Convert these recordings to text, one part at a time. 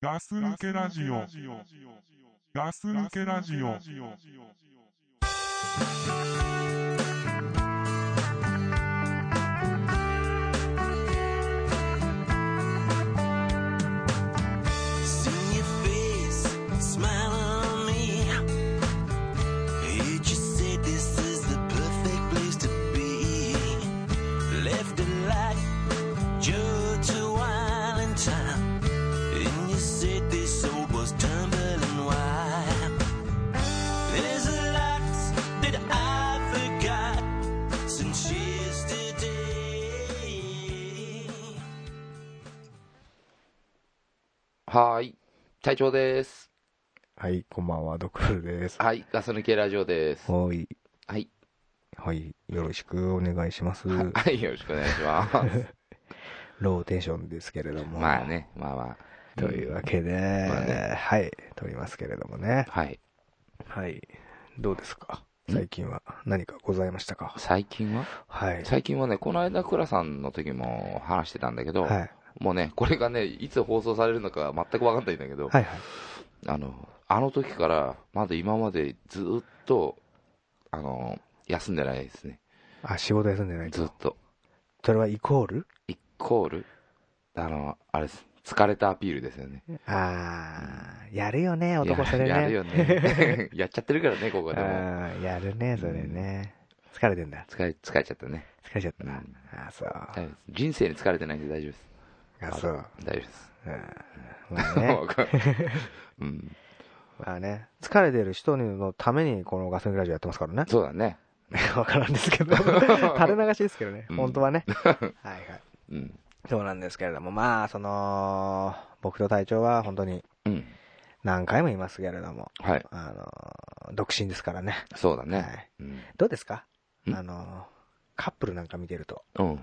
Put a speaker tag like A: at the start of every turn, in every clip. A: ガス抜けラジオ。ガス抜けラジオ。
B: Seen your face, smile on me. You just said this is the perfect place to be. Left it like Joe to while in time. And you said this old was tumbling wide. There's a lot that I forgot since yesterday.
C: はーい。隊長です。
D: はい、こんばんは、ドクールです。
C: はい。ガス抜けラジオです。は
D: はい。
C: い。
D: はい。よろしくお願いします。
C: はい。よろしくお願いし ます。
D: ローテーションですけれども。
C: まあ。ね、まあまあ。
D: というわけで、
C: まあね
D: はい、撮りますけれどもね。
C: はい。
D: はい。どうですか最近は何かございましたか
C: 最近は
D: はい。
C: 最近はね、この間、倉さんの時も話してたんだけど、
D: はい。
C: もうね、これがね、いつ放送されるのか全く分かんないんだけど、
D: はいはい。
C: あの、あの時から、まだ今までずっと、あの、休んでないですね。
D: あ、仕事休んでない
C: ずっ
D: と。
C: と。
D: それはイコール
C: イコール、あの、あれです。疲れたアピールですよね。
D: あー、やるよね、男それね。
C: ややるよね。 やっちゃってるからね、ここはでも。
D: あーやるね、それね。疲れてんだ。
C: 疲れ、疲れちゃったね。
D: 疲れちゃった
C: う。
D: なんあー、そう。
C: 大丈夫です人生に疲れてないんで大丈夫です。
D: あ、そう。
C: 大丈夫です。
D: うんまあ ね。
C: わかんないうん。
D: まあね、疲れてる人のためにこのガス抜きラジオやってますからね。
C: そうだね。
D: わからんです けど。垂れ流しですけどね
C: う。ん
D: 本当 はね。はいはい。
C: うん。
D: そうなんですけれども、まあ、その、僕と隊長は本当に
C: うん。
D: 何回も言いますけれども、
C: はい。
D: あのー、独身ですからね。
C: そうだ
D: は
C: ね。
D: い。
C: うん。
D: どうですか
C: ん
D: あのー、カップルなんか見てると、
C: うん。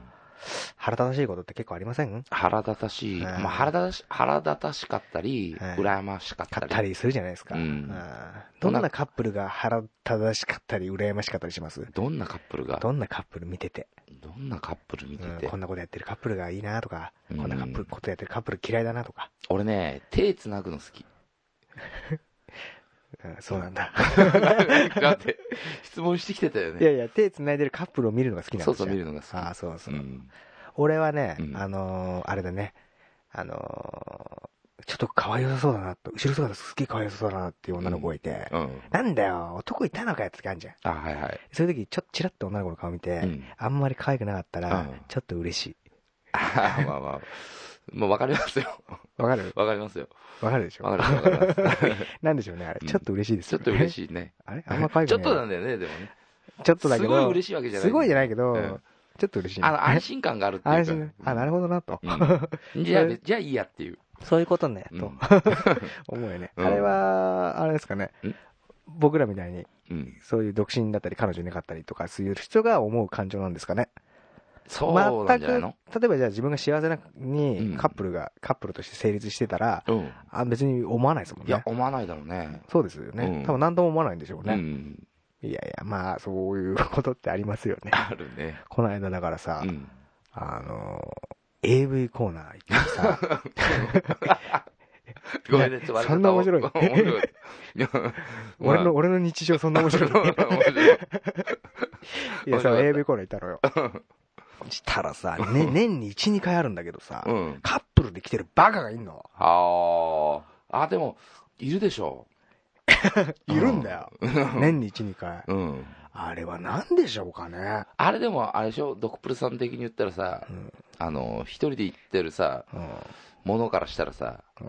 D: 腹立たしいことって結構ありません
C: 腹立たしい。
D: うん
C: まあ、腹立たし、腹立たしかったり、
D: はい
C: 羨ましかっ
D: かったた
C: り。
D: りするじゃないですか。
C: うん
D: あーどんなカップルが腹立たしかったり、羨ましかったりします
C: どんなカップルが、
D: どんなカップル見てて。
C: どんなカップル見て
D: うん
C: て
D: こ。んなことやってるカップルがいいなとか、
C: うん
D: こんなカップルことやってるカップル嫌いだなとか、
C: 俺ね、手繋ぐの好 き。
D: うんそうなんだ。
C: だって、質問してきてたよ
D: いや
C: ね。
D: いや、手繋いでるカップルを見るのが好きなんです
C: そうそう、
D: よ。
C: 見るのが
D: あ
C: 好
D: あ、そう
C: き。
D: そうう。
C: ん。
D: 俺はね、
C: うん
D: あのーあれだね、あのーちょっと可愛さそうだなと、後ろ姿すっげえ可愛さそうだなっていう女の子がいて、
C: うん。
D: なんだよ、男いたのかよって時あるじゃん。
C: あ、はいはい。
D: そういう時、ちょっとチラッと女の子の顔見て、
C: うん
D: あんまり可愛くなかったら、
C: うん
D: ちょっと嬉しい。
C: あーまあまあ。もうわかりますよ。
D: わかる
C: わかりますよ。
D: わかるでしょ
C: わかります、わかります。
D: なんでしょうね、あれ。
C: うん
D: ちょっと嬉しいです
C: ちょ
D: よ、
C: っ
D: ね。
C: と嬉
D: い。
C: しいね。
D: あれあんま可愛く
C: ち
D: な
C: ょ
D: い。
C: っとなんだよね、でもね。
D: ちょっとだけ
C: す
D: ど。
C: ごい嬉しいわけじゃない。
D: すごいじゃないけど、
C: うん
D: ちょっと嬉しいね、
C: あの、安心感があるっていうか。
D: 安心。あ、なるほどなと。
C: うんじゃあ、じゃあいいやっていう。
D: そういうことね、
C: うん
D: と思うよね。
C: うん
D: あれは、あれですかね
C: ん。
D: 僕らみたいに、
C: うん。
D: そういう独身だったり、彼女いなかったりとか、そういう人が思う感情なんですかね。
C: そうなんじゃないの
D: 例えばじゃあ自分が幸せな
C: うん
D: にカップルが、カップルとして成立してたら、
C: うん。
D: あ別に思わないですもん
C: いや
D: ね、。
C: 思わないだろうね。
D: そうですよね。
C: うん
D: 多分何とも思わないんでしょう
C: う
D: ね。
C: ん。
D: いやいや、まあ、そういうことってありますよね。
C: あるね。
D: この間だからさ、
C: うん。
D: あの、AV コーナー行ってさ、
C: ごめんね、ちょっと悪かった
D: そんな面白い
C: 面白い。いや
D: 俺の、
C: ま
D: 俺の日常そんな面白い
C: あ 面白い
D: い
C: 面白かっ
D: や、そう、
C: た
D: AV コーナーいたのよ。したらさ、ね、年に1、2回あるんだけどさ、
C: うん。
D: カップルで来てるバカがいんの。
C: ああ。あ、でも、いるでしょ
D: いるんだよ。年に1、2回。
C: う。うん。
D: あれは何でしょうかね。
C: あれでも、あれでしょ、ドクプルさん的に言ったらさ、
D: ん
C: あの、一人で行ってるさ、
D: うん。い
C: ものからしたらさ、
D: うん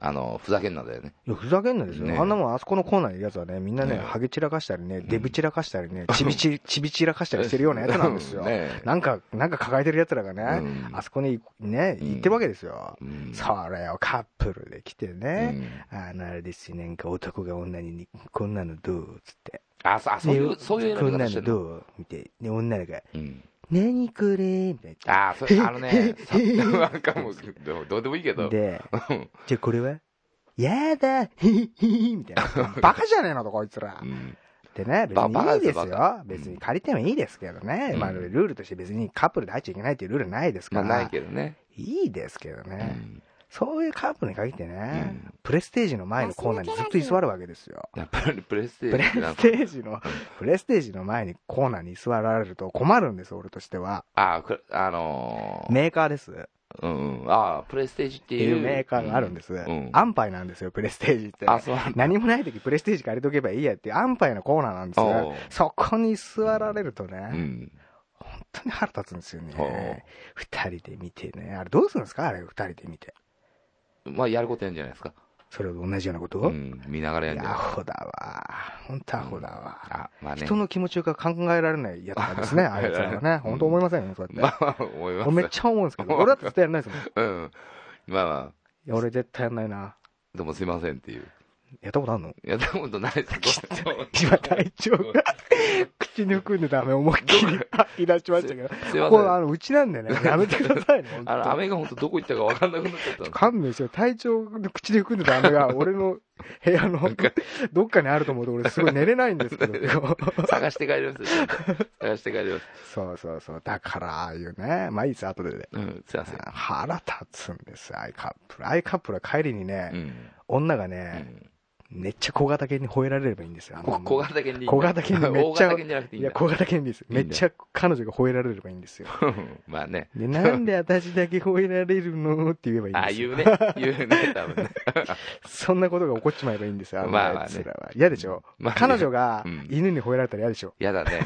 C: あの、ふざけんなだよね。
D: や、ふざけんなですよ。
C: ね
D: あんなもん、あそこのコーナーにいるやつはね、みんなね、
C: ね。
D: ハゲ散らかしたりね、デブ散らかしたりね、ちびち、ちび散らかしたりしてるようなやつなんです よ
C: ね
D: なんか、なんか抱えてる奴らがね、
C: うん
D: あそこに、ね、
C: うん
D: 行ってるわけですよ。
C: うん
D: それをカップルで来て
C: う
D: ね、
C: ん
D: あの、あれですよ、なんか男が女に、こんなのどうつって。
C: あ、そあそういう、
D: ね
C: そういう
D: こ
C: 選び
D: んな
C: 方して
D: の
C: るの。
D: どうみたいな。で、女の子が、
C: うん
D: 何これみたいな。
C: あそれ、あのね、さなんかもう、どうどうでもいいけど。
D: で、
C: うん
D: じゃあこれはやだへへへみた いな。バカじゃねえのと、こいつら
C: う。ん
D: でね、別
C: バ
D: にいいです
C: バカですよ
D: よ。別に借りてもいいですけどね
C: う。ん
D: まあ、ルールとして別にカップルで入っちゃいけないっていうルールないです
C: ま
D: か
C: あ、ない
D: ら。
C: けどね。
D: いいですけど
C: う
D: ね。
C: ん
D: そういうカープに限って
C: う
D: ね、
C: ん、
D: プレステージの前のコーナーにずっと居座るわけですよ。
C: やっぱりプレステ
D: プ
C: ー
D: レ
C: ジってなん
D: ス
C: か
D: テージの、プレステージの前にコーナーに居座られると困るんです、俺としては。
C: あーくあのー
D: メーカーです。っ
C: うんうん、ああプレステージって
D: て
C: い
D: いううメーカーがあるんです。
C: ん
D: 安牌なんですよ、プレステージって。
C: あそうなんだ
D: 何もない時プレステージ借りとけばいいやっていう安牌のコーナーなんです
C: お
D: よ
C: う。
D: そこに座られると
C: う
D: ね、
C: ん
D: 本当に腹立つんですよ
C: おう
D: ね。二人で見てね。あれどうするんですかあれ二人で見て。
C: まあやることやんじゃないですか、
D: それと同じようなこと
C: う
D: を
C: ん、見ながらやん
D: い
C: じゃ
D: やア
C: ない
D: ホだわ。本当アホだわ。
C: あまあね
D: 人の気持ちが考えられないやつな んですね、あいつらはね。本当思いませんよね、そうや
C: ま
D: って。
C: あ思います
D: 俺めっちゃ思うんですけ ど、俺だって絶対やんないですもんい
C: うんまあま
D: や。俺絶対やんないな。
C: あどうもすいませんっていう
D: やったことあんの
C: やったことない ですごめん
D: 今隊長が口に含んでダメ思いっき り吐き出しましたけど、
C: すいま
D: こ
C: せ
D: れ
C: ん
D: あのうちなんでね、やめてくださいね、
C: あの
D: 本
C: 雨が本当どこ行ったか分かんなくなっちゃったん
D: 当
C: で
D: 勘弁してよ、隊長の口に含んでた飴が、 俺の部屋の
C: か
D: どっかにあると思うと、俺、すごい寝れないんですけど、
C: 探して帰りますよちゃんと探して帰ります、
D: そうそうそう、だから、ああいうね、まあいいです、後でで。
C: うん、すいません
D: 腹立つんです、アイカップル。アイカップルは帰りにね、
C: うん
D: 女が
C: う
D: ね、
C: ん
D: めっちゃ小型犬に吠えられればいいんですよ。あ
C: こ
D: の
C: 小型犬でいいんだ
D: 小型犬でめっちゃ
C: 大型犬じゃなくていい
D: い
C: んだ
D: や、小型犬でいいです。
C: いい
D: め
C: んだ
D: っちゃ彼女が吠えられればいいんで すよ。
C: まあね
D: で、なんで私だけ吠えられるのって言えばいいん
C: ああ
D: ですよ。
C: 言うね言うね多分ね
D: そんなことが起こっちまえばいいんですよ。あの
C: まあまあね
D: やつらは。嫌でしょ
C: まあね
D: 彼女が
C: うん
D: 犬に吠えられたら嫌でしょ
C: やだね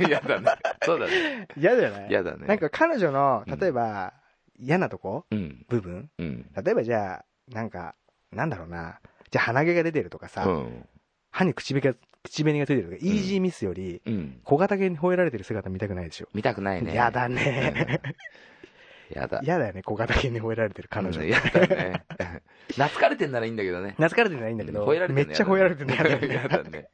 C: やだねそうだね
D: 嫌じゃない
C: やだね
D: なんか彼女の、
C: うん
D: 例えば、嫌なとこ
C: うん
D: 部分
C: うん
D: 例えばじゃあ、なんか、なんだろうな。じゃあ鼻毛が出てるとかさ、
C: うん
D: 歯に口紅が、口紅がついてるとか、イージーミスより、
C: うん
D: 小型犬に吠えられてる姿見たくないでしょ。
C: 見たくないね
D: 嫌だね。
C: やだ
D: 嫌だよね、小型犬に吠えられてる彼女。
C: うんやだね 懐かれてんならいいんだけどね
D: 懐かれてないんだけど、
C: うん吠えられてんの
D: めっちゃ吠えられてるんだよね
C: やだね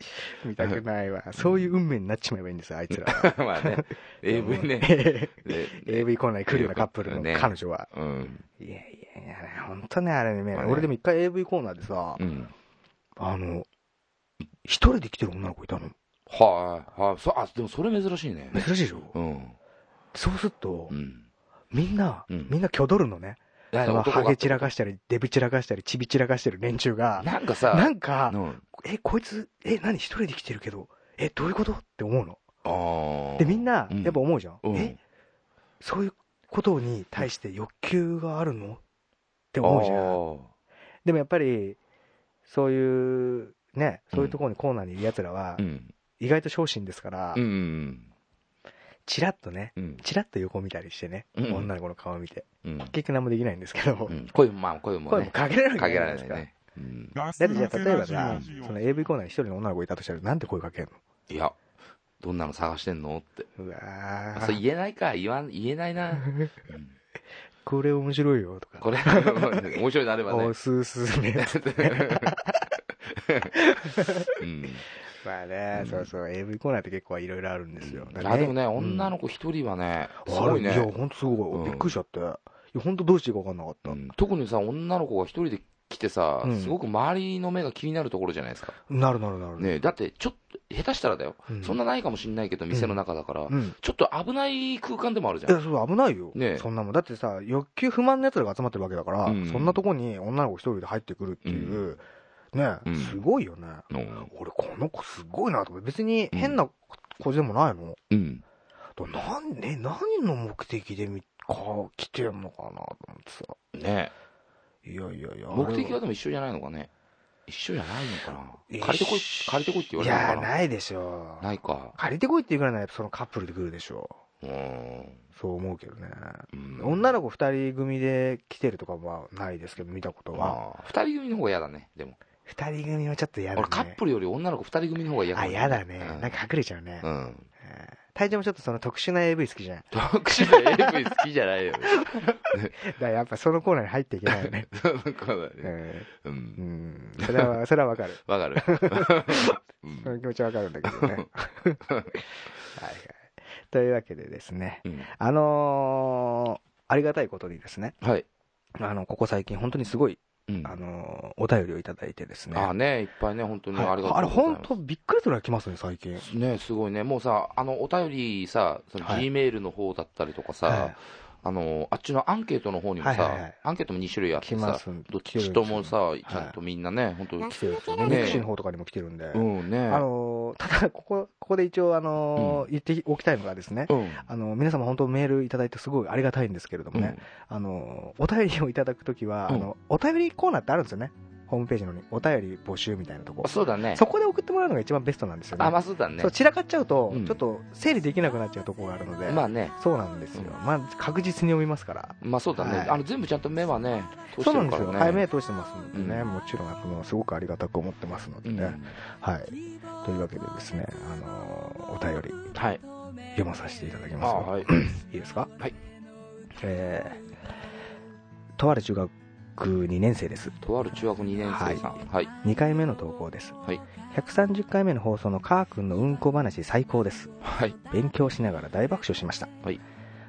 D: 見たくないわ。 そういう運命になっちまえばいいんですよ、あいつ らは。
C: まあね AV ね
D: ね。
C: で
D: AV コーナーに来るようなカップルの彼女は。
C: うん
D: いやいやいや、本当ね、あれね
C: まあ、ね
D: 俺でも一回 AV コーナーでさ
C: う、ん
D: あの、一人で来てる女の子いたの。
C: はいはいそあでもそれ珍しいね
D: 珍しいでしょ
C: うん
D: そうすると
C: う、ん
D: みんな、
C: うん
D: みんな挙取るのね。
C: いや
D: その
C: 男が
D: ハゲ散らかしたり、デブ散らかしたり、チビ散らかしてる連中が、
C: なんかさ
D: なんか
C: う、ん
D: え、こいつ、え、何一人で来てるけど、え、どういうことって思うの。
C: あー
D: で、みんな、
C: うん
D: やっぱ思うじゃん。
C: うん
D: え、そういうことに対して欲求があるのって思うじゃん。でもやっぱり、そういう、ね、そういうところにコーナーにいる奴らは
C: あーう、ん
D: 意外と昇進ですから
C: う、ん
D: チラッとね、
C: うん
D: チラッと横見たりしてね、
C: うん
D: 女の子の顔を見て。
C: うん
D: 結局何もできないんですけど
C: う、ん声もまあ声も
D: 声も
C: ね
D: かけられるわ
C: かけ
D: けじゃ
C: ら
D: ない
C: れな
D: です
C: い
D: か。
C: ねうん
A: ガス
D: だ
A: ラ
D: って
A: ジ
D: じゃあ例えば
A: ラ
D: さ
A: ジ、オ
D: その AV コーナーに一人の女の子いたとしたら、なんて声かけんの
C: いやどんなの探してんのって
D: うわ
C: あ
D: ー
C: そう言えないか言わん言えないなうん
D: これ面白いよとか。
C: これ面白いのあればね
D: おすすめ。
C: うん
D: まあね、
C: うん
D: そうそう、AV コーナーって結構いろいろあるんですよ。
C: いやでもね、
D: うん
C: 女の子一人はね、
D: あ
C: すごいね
D: いや、、ほんとすごい。
C: うん
D: びっくりしちゃって。いや、ほんとどうしていいか分かんなかった。
C: うん特にさ、女の子が一人で来てさ、
D: うん
C: すごく周りの目が気になるところじゃないですか、
D: なるなるなる。
C: ねえ、だってちょっと、下手したらだよ、
D: うん
C: そんなないかもしんないけど、店の中だから、
D: うん。い
C: ちょっと危ない空間でもあるじゃ
D: や、
C: ん、
D: そう、危ないよ。
C: ねえ
D: そんなもん。だってさ、欲求不満の奴らが集まってるわけだから、
C: うん
D: そんなとこに女の子一人で入ってくるっていう、ね
C: う
D: え
C: ん
D: すごいよね。
C: うん
D: 俺、この子すごいなと思って。別に変な子でもないの。
C: うん、
D: だからなんね、何の目的でみか来てんのかなと思ってさ。
C: ね
D: いやいやいや。
C: え目的
D: あれ
C: はでも一緒じゃないのかね、一緒じゃないのかな、
D: 一緒
C: 借りてこい借りてこいって言われ
D: い
C: た
D: や、
C: のかな、
D: ないでしょう。
C: ないか、
D: 借りてこいって言うからいならやっぱそのカップルで来るでしょ
C: う
D: う。そう思うけどね。
C: ん、
D: 女
C: の
D: の子二人組で来てるとかはないですけど、見たこと
C: 子
D: は。
C: は、二人組の方が嫌だね、でも。
D: 二人組はちょっと嫌だね。
C: 俺カップルより女の子2人組の方が嫌か
D: あ、
C: も
D: 嫌だね。
C: うん
D: なんか隠れちゃうね。
C: う
D: うん
C: ん
D: 体調もちょっとその特殊な AV 好きじゃん。
C: 特殊な AV 好きじゃないよ
D: だからやっぱそのコーナーに入っていけないよ ね。
C: その子だ
D: う
C: ね
D: ん
C: う
D: うんん。それは、それはわかる。
C: わか るう
D: そ
C: ん
D: の気持ちはわかるんだけどね。 はいはい。というわけでですね。
C: うん
D: あのーありがたいことにですね、
C: はい
D: あの、ここ最近本当にすごい、
C: うん
D: あのーお便りをいただいてですね。
C: あねいっぱいね本当に
D: はい
C: ありがとう
D: あれ
C: ござい
D: 本
C: ます
D: 当びっくりするぐらい来ますね、最近。
C: ねすごいねもうさあのお便りさその
D: はい
C: G メールの方だったりとかさ、
D: はい
C: あのあっちのアンケートの方にもさ、
D: はいはいはい
C: アンケートも2種類あって
D: 来ま
C: さ
D: す
C: どっちともさ、
D: 来てるんですよ
C: ちゃんとみんなね、本当
D: 来てるんですよね
C: ね
D: ミクシーの方とかにも来てるんで、
C: うんね
D: あのただここここで一応、あの言っておきたいのがですね、
C: うん
D: あの皆様、本当、メールいただいてすごいありがたいんですけれどもね、あのお便りをいただくときは、
C: うん
D: あの、お便りコーナーってあるんですよね、ホームページのに、お便り募集みたいなとこ
C: うん、そうだね
D: そこで送ってもらうのが一番ベストなんですよね、
C: あまあそうだね
D: そう散らかっちゃうと、
C: うん
D: ちょっと整理できなくなっちゃうところがあるので、
C: まあね
D: そうなんですよ、まあ、確実に読みますから。
C: まあそうだね、
D: はい
C: あの全部ちゃんと目はね通し
D: そう
C: て
D: なん
C: る
D: で
C: か
D: すよ、
C: らね
D: はい、目通してますのでね、
C: うん
D: もちろんあのすごくありがたく思ってますので
C: うん
D: ね、はい、というわけでですね、あのお便り
C: はい
D: 読まさせていただき
C: あ
D: ますよ
C: はい
D: いいですか
C: はい
D: えーとある中学2年生です
C: とある中学2年生さんはい、
D: 2回目の投稿です、
C: はい
D: 130回目の放送のカー君のうんこ話最高です
C: はい
D: 勉強しながら大爆笑しました、
C: はい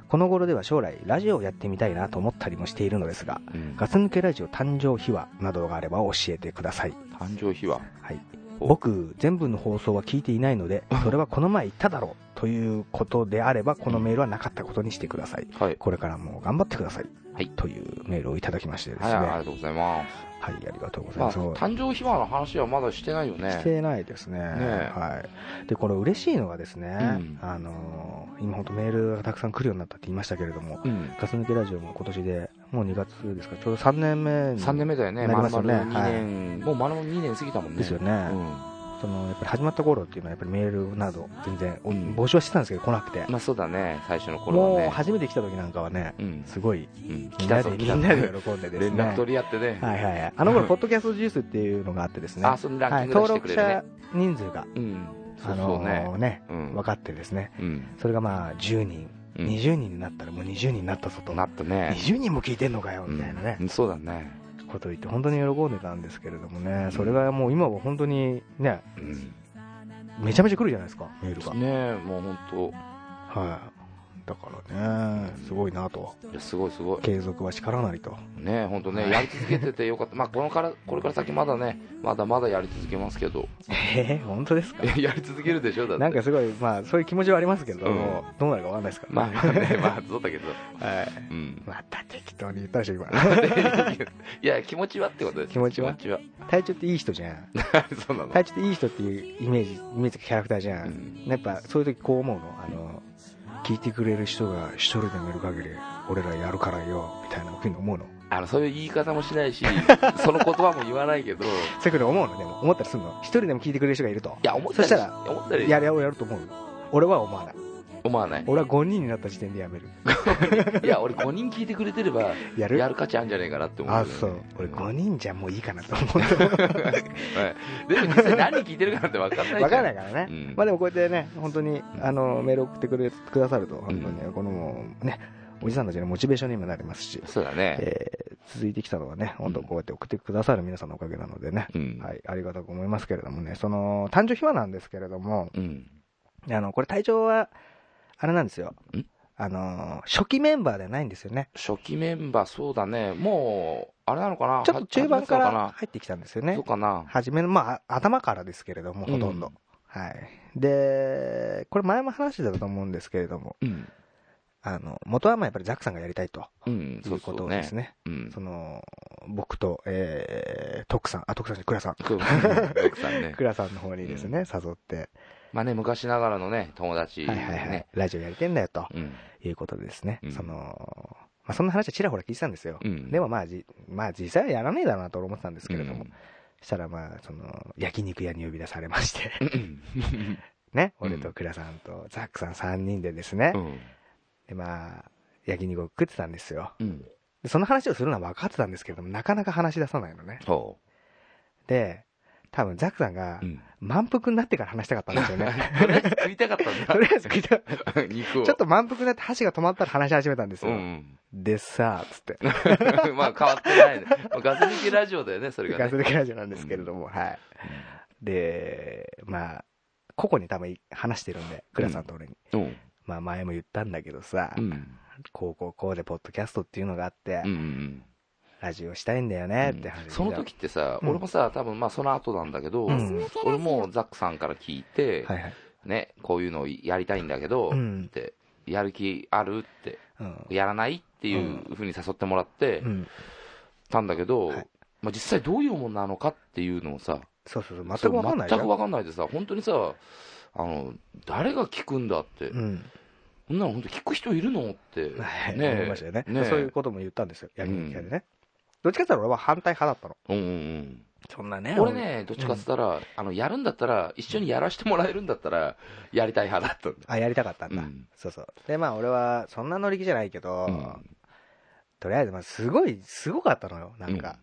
D: この頃では将来ラジオをやってみたいなと思ったりもしているのですが
C: うん
D: ガス抜けラジオ誕生秘話などがあれば教えてください、
C: 誕生日は
D: はい、
C: お
D: 僕全部の放送は聞いていないのでそれはこの前言っただろうということであればこのメールはなかったことにしてください
C: はい
D: これからも頑張ってください、
C: はい
D: というメールをいただきましてですね、
C: はい、あ
D: は
C: りが
D: い、
C: とうございます。
D: ありがとうござい
C: まあ、
D: ます。そう
C: 誕生秘話の話はまだしてないよね。
D: してないですね
C: え
D: はい、でこれ、嬉しいのがですね、
C: ん
D: あのー今、本当、メールがたくさん来るようになったって言いましたけれども、
C: うん。
D: ガス抜けラジオも今年で、もう2月ですか、ちょうど3年目に
C: 3年目だよね、
D: なり
C: ま
D: ま
C: る
D: す
C: ま
D: よ
C: る
D: ね
C: 2年、もうまるまる2年過ぎたもんね。
D: ですよね、
C: うん。
D: そのやっぱり始まった頃っていうのは、やっぱりメールなど、全然、
C: うん
D: 募集はしてたんですけど、来なくて、
C: まあそうだね、最初の頃は
D: もう
C: ね。
D: 初めて来た時なんかはね、
C: うん。
D: すごい、
C: うん。
D: み
C: 来
D: んな
C: たぞ、
D: で
C: 来
D: み
C: た
D: ん
C: ぞ
D: なで喜んでです
C: 連
D: ね。
C: 絡取り合ってね。
D: はいはいはい、あの頃、ポッドキャストジュースっていうのがあってですね、
C: あ、そのラ
D: は
C: ン
D: い、
C: キング出
D: 登
C: して
D: 録
C: くれるね
D: 者。人数が、
C: うん。そ
D: あ
C: うそう
D: の
C: ね。
D: ーね、
C: うん。
D: 分かってですね、
C: うん。
D: それがまあ10人、
C: うん
D: 20人になったらもう20人になったぞと、
C: なったね。
D: 20人も聞いてんのかよ
C: う
D: みたいなね、
C: ん。そうだね。
D: ことを言って、本当に喜んでたんですけれどもね、それがもう今は本当にね、
C: うん。
D: めちゃめちゃ来るじゃないですか、メールが。
C: ねえ、もう本
D: はい、だからね、すごいなと、
C: 当いや、すごいすごい。
D: 継続は力なりと、
C: ねえ、本当
D: は
C: ね、
D: い
C: やり続けててよかった。まあ、このから、これから先まだね、まだまだやり続けますけど。
D: えー、本当ですか
C: い。ややり続けるでしょ、だって。
D: なんかすごい、まあ、そういう気持ちはありますけど、
C: うん
D: どうなるかわかんないですから、
C: まあまあね、まあ、そうだけど。
D: はい、
C: うん。
D: また適当に言ったでしょ 今
C: いや、気持ちはってことです。
D: 気持ちは
C: 気持ちは。
D: 隊長っていい人じゃん
C: そうなの。
D: 隊長っていい人っていうイメージイメージキャラクターじゃん、
C: うん
D: やっぱそういう時こう思うのあの聞いてくれる人が一人でもいる限り俺らやるからよみたいなふうに思うの
C: あの、そういう言い方もしない し、その言葉も言わないけど、い
D: そういうふうに思うのでも思ったりするの一人でも聞いてくれる人がいると
C: や、思ったり、
D: そしたら
C: 思ったり
D: やりをやると思う俺は思わない
C: 思わない。
D: 俺は5人になった時点でやめる
C: いや、俺5人聞いてくれてれば、
D: やる
C: やる価値あるんじゃないかなって思う、
D: あそう俺5人じゃもういいかなと思う
C: はい。でも実際何聞いてるかなんて分かんないじゃん。
D: わからないからね、
C: うん
D: まあでもこうやってね本当にあのメール送ってくれくださると本当に
C: う
D: このねおじさんたちのモチベーションにもなりますし、
C: そうだね。
D: えー続いてきたのはね本当こうやって送ってくださる皆さんのおかげなのでね、
C: うん。
D: はい、ありがたく思いますけれどもねその誕生秘話なんですけれども
C: うん。
D: あのこれ体調はあれなんですよ
C: ん
D: あの初期メンバーではないんですよね
C: 初期メンバー、そうだね。もう、あれなのかな
D: ちょっと中盤から入ってきたんですよね
C: そうかな。
D: 初めの、まあ、頭からですけれども、ほとんど。
C: うん
D: はい。で、これ前も話してたと思うんですけれども、
C: うん。
D: あの、元はまあやっぱりザックさんがやりたいと
C: うん、
D: い
C: そううそ
D: こ
C: う
D: とを
C: ね。
D: ですね、
C: うん。
D: その、僕と、えー、徳さん、あ、徳さんじゃない、倉さん。
C: そう、奥さんね。
D: 倉さんの方にですね、誘って、
C: まあね、昔ながらのね、友達、ね。
D: はいはいはい、ラジオやりてんだよと
C: うん。
D: いうことでですね、
C: うん
D: その、まあそんな話はちらほら聞いてたんですよ。
C: うん。
D: で
C: も、
D: もまあじ、まあ実際はやらねえだろうなと俺思ってたんですけれども、
C: うん
D: したらまあ、その、焼肉屋に呼び出されまして、ね、俺と倉さんとザックさん3人でですね、
C: うん。
D: でまあ、焼肉を食ってたんですよ。
C: うん。
D: でその話をするのは分かってたんですけども、なかなか話し出さないのね。
C: そ
D: で、多分ザックさんが
C: う。うん。
D: 満腹になってから話したかったんです よね。
C: とりあえず食いたかったんだ。
D: とりあえず聞いた。ち
C: えず、肉を。
D: ょっと満腹になって箸が止まったら話し始めたんです
C: う
D: よ。
C: ん。
D: でさあ、つって。
C: まあ変わってないね。まあガス抜きラジオだよね、それが
D: ガス
C: ね。
D: 抜けラジオなんですけれども、はい。で、まあ、個々に多分話してるんで、倉さんと俺に。
C: うん。
D: まあ前も言ったんだけどさ、
C: うん。
D: こうこうこうでポッドキャストっていうのがあって、
C: うんうん。
D: ラジオしたいんだよねって話
C: その時ってさ、
D: うん
C: 俺もさ、多分まあその後なんだけど、
D: うん
C: 俺もザックさんから聞いて、
D: はいはい。
C: ね、こういうのをやりたいんだけど、
D: うん
C: って、やる気あるって、
D: うん
C: やらないっていうふうに誘ってもらって
D: うん、
C: たんだけど、
D: はい
C: まあ、実際どういうものなのかっていうのをさ、
D: そうそうそう、全
C: そ
D: く
C: う
D: 分かんないじゃ
C: 全く
D: ん
C: 分かんないでさ、本当にさ、あの誰が聞くんだって、
D: うん、
C: そんなの本当、聞く人いるの って、
D: はい
C: ねえ
D: 思いましたよね
C: ねえ
D: そういうことも言ったんですよ、焼肉屋でね。どっちかっていうと俺は反対派だったの。
C: うんうん
D: そんな
C: う
D: ね
C: ん、俺、ね、どっちかって言ったら、あの、やるんだったら、一緒にやらせてもらえるんだったら、やりたい派だったんだ。
D: あ、やりたかったんだ。
C: うん
D: そうそう。で、まあ俺はそんな乗り気じゃないけど、
C: うん
D: とりあえず、まあすごい、すごかったのよ。なんか、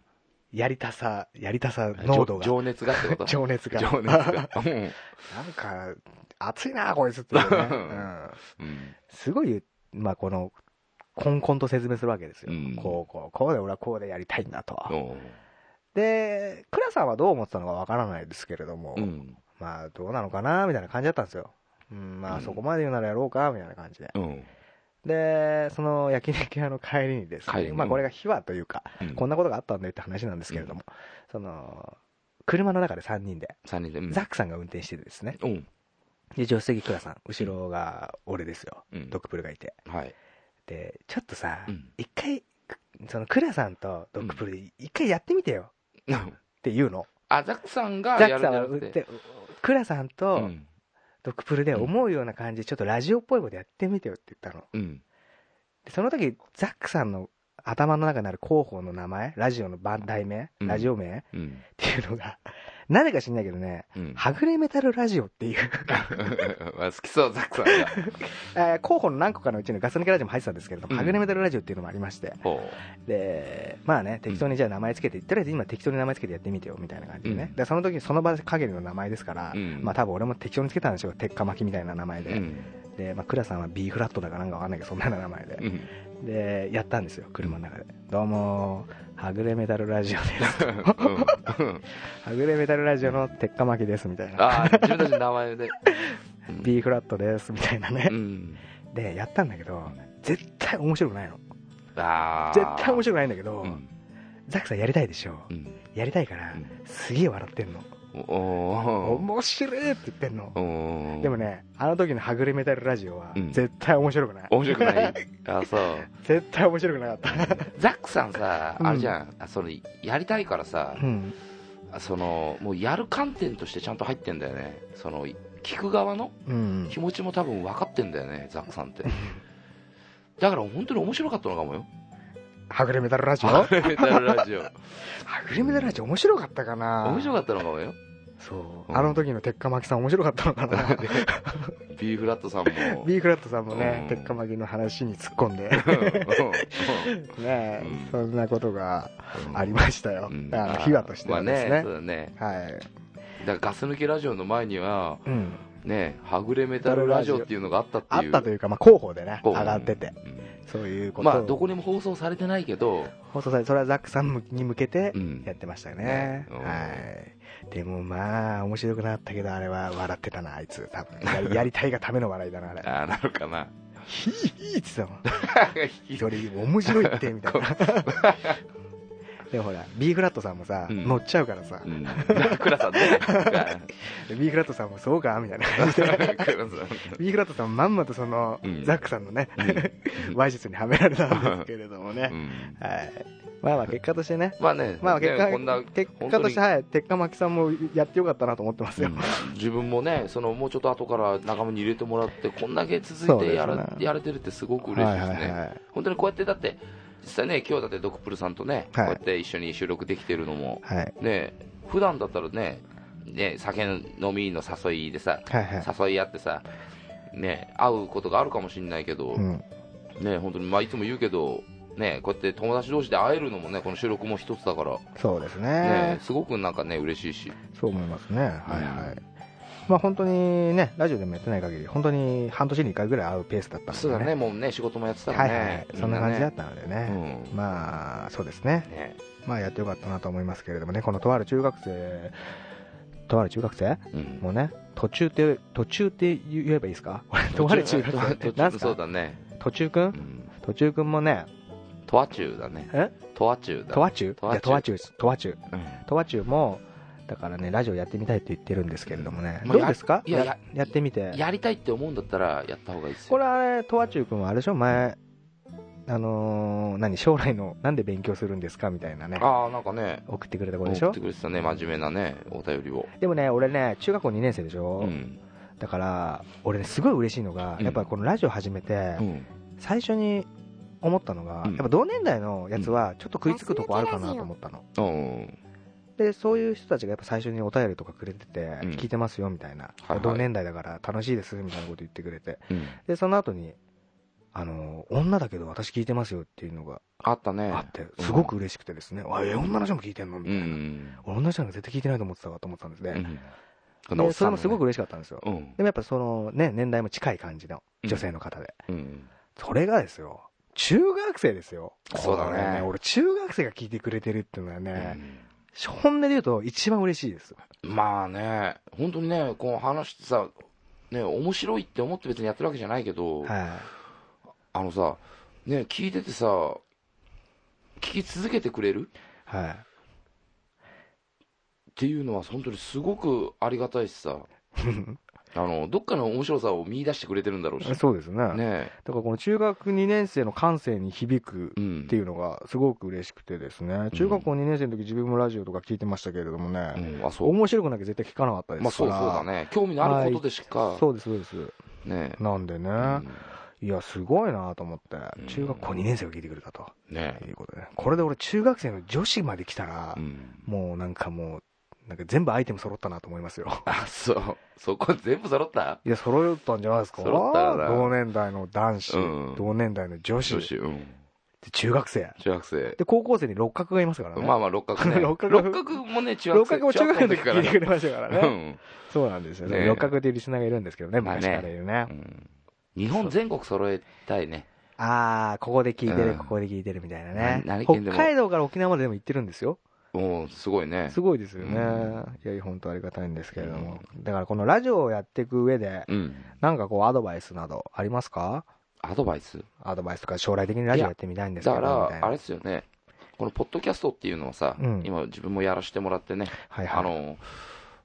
D: やりたさ、やりたさ、濃度
C: 情
D: が。
C: 情熱がってこと
D: 情熱が。
C: 情熱 が。うん
D: なんか、熱いな、こいつって いうね、うん。
C: うん
D: すごい、まあこの、こんこんと説明するわけですよ。
C: うん
D: こう、こう、こうで俺はこうでやりたいんだと。
C: うん
D: で、倉さんはどう思ってたのかわからないですけれども、
C: うん
D: まあどうなのかなみたいな感じだったんですよ。うん、ま
C: う
D: あ
C: ん
D: そこまで言うならやろうかみたいな感じで。
C: うん
D: で、その焼肉屋の帰りにです
C: 帰り
D: ね、
C: に
D: まあこれが秘話というか、
C: うん
D: こんなことがあったんだよって話なんですけれども、その、車の中で3人で、
C: 三人で、うん
D: ザックさんが運転しててですね、
C: うん
D: で、助手席倉さん、後ろが俺ですよ、
C: うん
D: ドックプルがいて。
C: はい。
D: で、ちょっとさ
C: うん、
D: 一回、その倉さんとドックプルで一回やってみてよっていうの。
C: あ、ザックさんが
D: ザッ
C: や
D: ク
C: るん
D: さん
C: じ
D: は
C: ゃな
D: 売っ
C: くて。
D: て、倉さん
C: う
D: と
C: ん。
D: ドックプルで思うような感じで、ちょっとラジオっぽいことやってみてよって言ったの。
C: うん。
D: でその時、ザックさんの頭の中にある広報の名前、ラジオの番題名、
C: うん
D: ラジオ名っ
C: うん。
D: ていうのが、なぜか知んないけどね、
C: うん。
D: はぐれメタルラジオっていう、
C: まあ好きそう、ザックさんが。
D: えー候補の何個かのうちのガス抜けラジオも入ってたんですけれども、
C: うん
D: はぐれメタルラジオっていうのもありまして、
C: ほ
D: で、まあね、適当にじゃあ名前つけて、とりあえず今適当に名前つけてやってみてよみたいな感じでね、
C: うん
D: でその時、その場限りの名前ですから、
C: うん
D: まあ多分俺も適当につけたんでしょう、鉄火巻きみたいな名前
C: う。
D: で、
C: うん。
D: で、まあ、倉さんは B フラットだかなんかわかんないけど、そんな名前で。
C: うん。
D: でやったんですよ車の中で「どうもはぐれメタルラジオです
C: うん
D: はぐれメタルラジオの鉄火巻きです」みたいな
C: ああ、自分たちの名前で。
D: 「B フラットです」みたいなね
C: う、ん。
D: でやったんだけど絶対面白くないの
C: ああ。
D: 絶対面白くないんだけど、
C: うん。
D: ザックさんやりたいでしょ
C: うん。
D: やりたいから、
C: うん
D: すげえ笑ってんの、
C: おー
D: 面白いって言ってんの、
C: おー
D: でも。ねあの時のはぐれメタルラジオは
C: うん
D: 絶対面白くない、
C: 面白くないあ そう。
D: 絶対面白くなかった、
C: ザックさんさ、
D: うん
C: あれじゃん。あその、やりたいからさ、
D: うん、
C: その、もうやる観点としてちゃんと入ってんだよね。その、聞く側の
D: うん
C: 気持ちも多分分かってんだよね、ザックさん って。だから本当に面白かったのかもよ。
D: はぐれメタルラジオ
C: ハ
D: は
C: グレメタルラ ジオ。
D: ぐれメタルラジオ面白かったかな
C: 面白かったのかも よ。
D: そう、
C: うん
D: あの時の鉄火巻きさん面白かったのかな
C: B フラットさんも。
D: B フラットさんもね、
C: うん
D: 鉄火巻きの話に突っ込んで
C: うんうん
D: ね、
C: うん
D: そんなことが
C: うん
D: ありましたよ、
C: うん
D: あの秘話としてはです
C: まあ
D: ね,、
C: そうだね。
D: はい、
C: だからガス抜けラジオの前には、
D: うん、
C: ね、はぐれメタルラジオっていうのがあったって
D: あ
C: い
D: っ
C: う。
D: たというか、まあ、広報でね
C: こ
D: 上
C: う
D: がってて、。
C: うん
D: そういうことを、
C: まあ、どこにも放送されてないけど、
D: 放送されそれはザックさんに向けて
C: うん
D: やってましたよね、
C: うん
D: はいでもまあ面白くなったけどあれは笑ってたなあいつ多 分やりやりたいがための笑いだなあれ
C: ああ、なるかな。
D: ヒーヒーって言ってたもんそれ面白いってみたいな でもほら B フラットさんもさ、
C: うん
D: 乗っちゃうからさ
C: う、ん。 クラさん ね。
D: B フラットさんもそうかみ たいな感じ
C: ク
D: で
C: ラさん。
D: B フラットさんまんまとその、
C: うん
D: ザックさんのね、
C: うん
D: ワイシャツにはめられたんですけれどもね
C: う、ん
D: はいまあまあ結果としてね
C: まあね、
D: まあ結果
C: ねこんな
D: 結果としてはい鉄火巻さんもやってよかったなと思ってますよ、
C: うん自分もね、そのもうちょっと後から仲間に入れてもらって、こんだけ
D: そ
C: 続
D: う
C: いて
D: ですね
C: やら,、やれてるってすごく嬉しいですね、
D: はいはいはい
C: 本当にこうやってだって、実際ね、今日だってドクプルさんとね、
D: は
C: こう
D: い
C: やって一緒に収録できてるのも、
D: はい
C: ね普段だったらねね、酒飲みの誘いでさ、
D: はいはい
C: 誘い合ってさ、ね、会うことがあるかもしれないけど、
D: うん、
C: ね本当に、まあ、いつも言うけど、ね、こうやって友達同士で会えるのもね、この収録も一つだから、
D: そうですね
C: ね、すごくなんかね、嬉しいし。
D: そう思いますね、はいはい、まあ本当にね、ラジオでもやってない限り、本当に半年に1回ぐらい会うペースだったんで、
C: そうだね、もうね、仕事もやってたも
D: は
C: ん
D: い
C: ね。
D: はい、そんな感じだっ
C: ね
D: たので
C: う
D: ね、
C: ん。
D: まあそうですね、
C: ね
D: まあやってよかったなと思いますけれどもね、このとある中学生、とある中学生
C: うん。
D: もうね、途中って、途中って言えばいいですか、 俺とある中学生
C: 途、
D: な
C: 中
D: んす
C: そう
D: か、
C: だね。
D: 途中く、
C: うんん。
D: 途中くんもね、
C: とわ中だね。
D: え
C: とわ中だ。
D: とわ中、い
C: とわ中
D: やとわ中です、とわ中、
C: うん。
D: とわ中も、だからね、ラジオやってみたいと言ってるんですけれどもね、
C: まあ
D: どうですか
C: やいや
D: ややってみて。
C: やりたいって思うんだったらやった方がいいです
D: こ
C: よ
D: れあれ、とわちゅうくんはあれでしょ、前、あのー何、将来の、なんで勉強するんですかみたいなね、
C: ああなんかね
D: 送ってくれた子でし
C: 送っ
D: ょ
C: て。くれてたね真面目なねお便りを
D: でもね、俺ね、中学校2年生でし
C: う
D: ょ、
C: ん
D: だから、俺ね、すごい嬉しいのが、
C: うん
D: やっぱこのラジオ始めて
C: う、ん
D: 最初に思ったのが、
C: うん
D: やっぱ同年代のやつは、ちょっと食いつくとこあるかなと思ったの。
C: うん
D: で、そういう人たちがやっぱ最初にお便りとかくれてて、
C: うん
D: 聞いてますよみたいな、
C: はいはい
D: 同年代だから楽しいですみたいなこと言ってくれて、
C: うん
D: で、その後に、あの、女だけど私聞いてますよっていうのが
C: あったね
D: あって、すごく嬉しくてですね、あ、え、女の人も聞いてんのみ
C: う
D: たいな。
C: ん
D: 俺女の人なんか絶対聞いてないと思ってたわと思ってたんです
C: う
D: ね。
C: ん
D: でそれもすごく
C: く
D: 嬉しかったんですよ。
C: うん
D: でもやっぱそのね、年代も近い感じの
C: うん
D: 女性の方で。
C: うん
D: それがですよ、中学生ですよ。
C: そうだね
D: これ俺中学生が聞いてくれてるっていうのは
C: う
D: ね、
C: ん
D: 本音で言うと一番嬉しいです。
C: まあね本当にねこう話してさね面白いって思って別にやってるわけじゃないけど
D: は
C: あのさね聞いててさ聞き続けてくれる
D: い。はい。
C: っていうのは本当にすごくありがたいしさあのどっかの面白さを見出してくれてるんだろうしね
D: そうですね。だ
C: え
D: からこの中学2年生の感性に響く
C: うん
D: っていうのがすごく嬉しくてですね、中学校2年生の時自分もラジオとか聞いてましたけれども
C: う
D: ね、
C: んあそう
D: 面白くなきゃ絶対聞かなかったで
C: まあ
D: す
C: そ
D: か
C: う
D: ら。
C: そうだね興味のあることでしか
D: そうです、そうです。
C: ね
D: なんでね、
C: え
D: いや、すごいなと思って、
C: うん
D: 中学校2年生が聞いてくれたと
C: うんねえ
D: いうことでね、これで俺中学生の女子まで来たら
C: う、ん
D: もうなんかもう、なんか全部アイテム揃ったなと思いますよ。
C: あそうそこ全部揃った
D: いや、揃ったんじゃないですか
C: 揃ったよな
D: 同年代の男子、
C: うん
D: 同年代の女子、
C: 女子うん
D: で中学生。
C: 中学生
D: で、高校生に六角がいますからね。
C: まあまあ六角ね
D: 六
C: 六
D: 角
C: 角もね中学
D: 六
C: 生
D: 角も中学の時
C: か
D: 聞
C: ら
D: いてくれましたからね。
C: ね
D: そうなんですよね。
C: ねえ
D: 六角っていうリスナーがいるんですけどね、
C: まあね
D: 昔からいるね
C: う。ん日本全国揃えたいね
D: あー、ここで聞いて
C: う
D: る、
C: ん
D: ここで聞いてるみたいなね
C: な。何
D: 北
C: 県でも
D: 海道から沖縄まででも行ってるんですよ。
C: もうすごいね
D: すごいですよ
C: う
D: ね
C: ん。
D: いや、本当ありがたいんですけれども。だからこのラジオをやっていく上で、
C: うん
D: なんかこうアドバイスなどありますか
C: アドバイス
D: アドバイスとか将来的にラジオやってみたいんですけ
C: だ
D: ど
C: か
D: みた
C: ら、
D: いな。
C: あれですよね、このポッドキャストっていうのはさ、
D: うん
C: 今、自分もやらせてもらってね、
D: はいはい
C: あの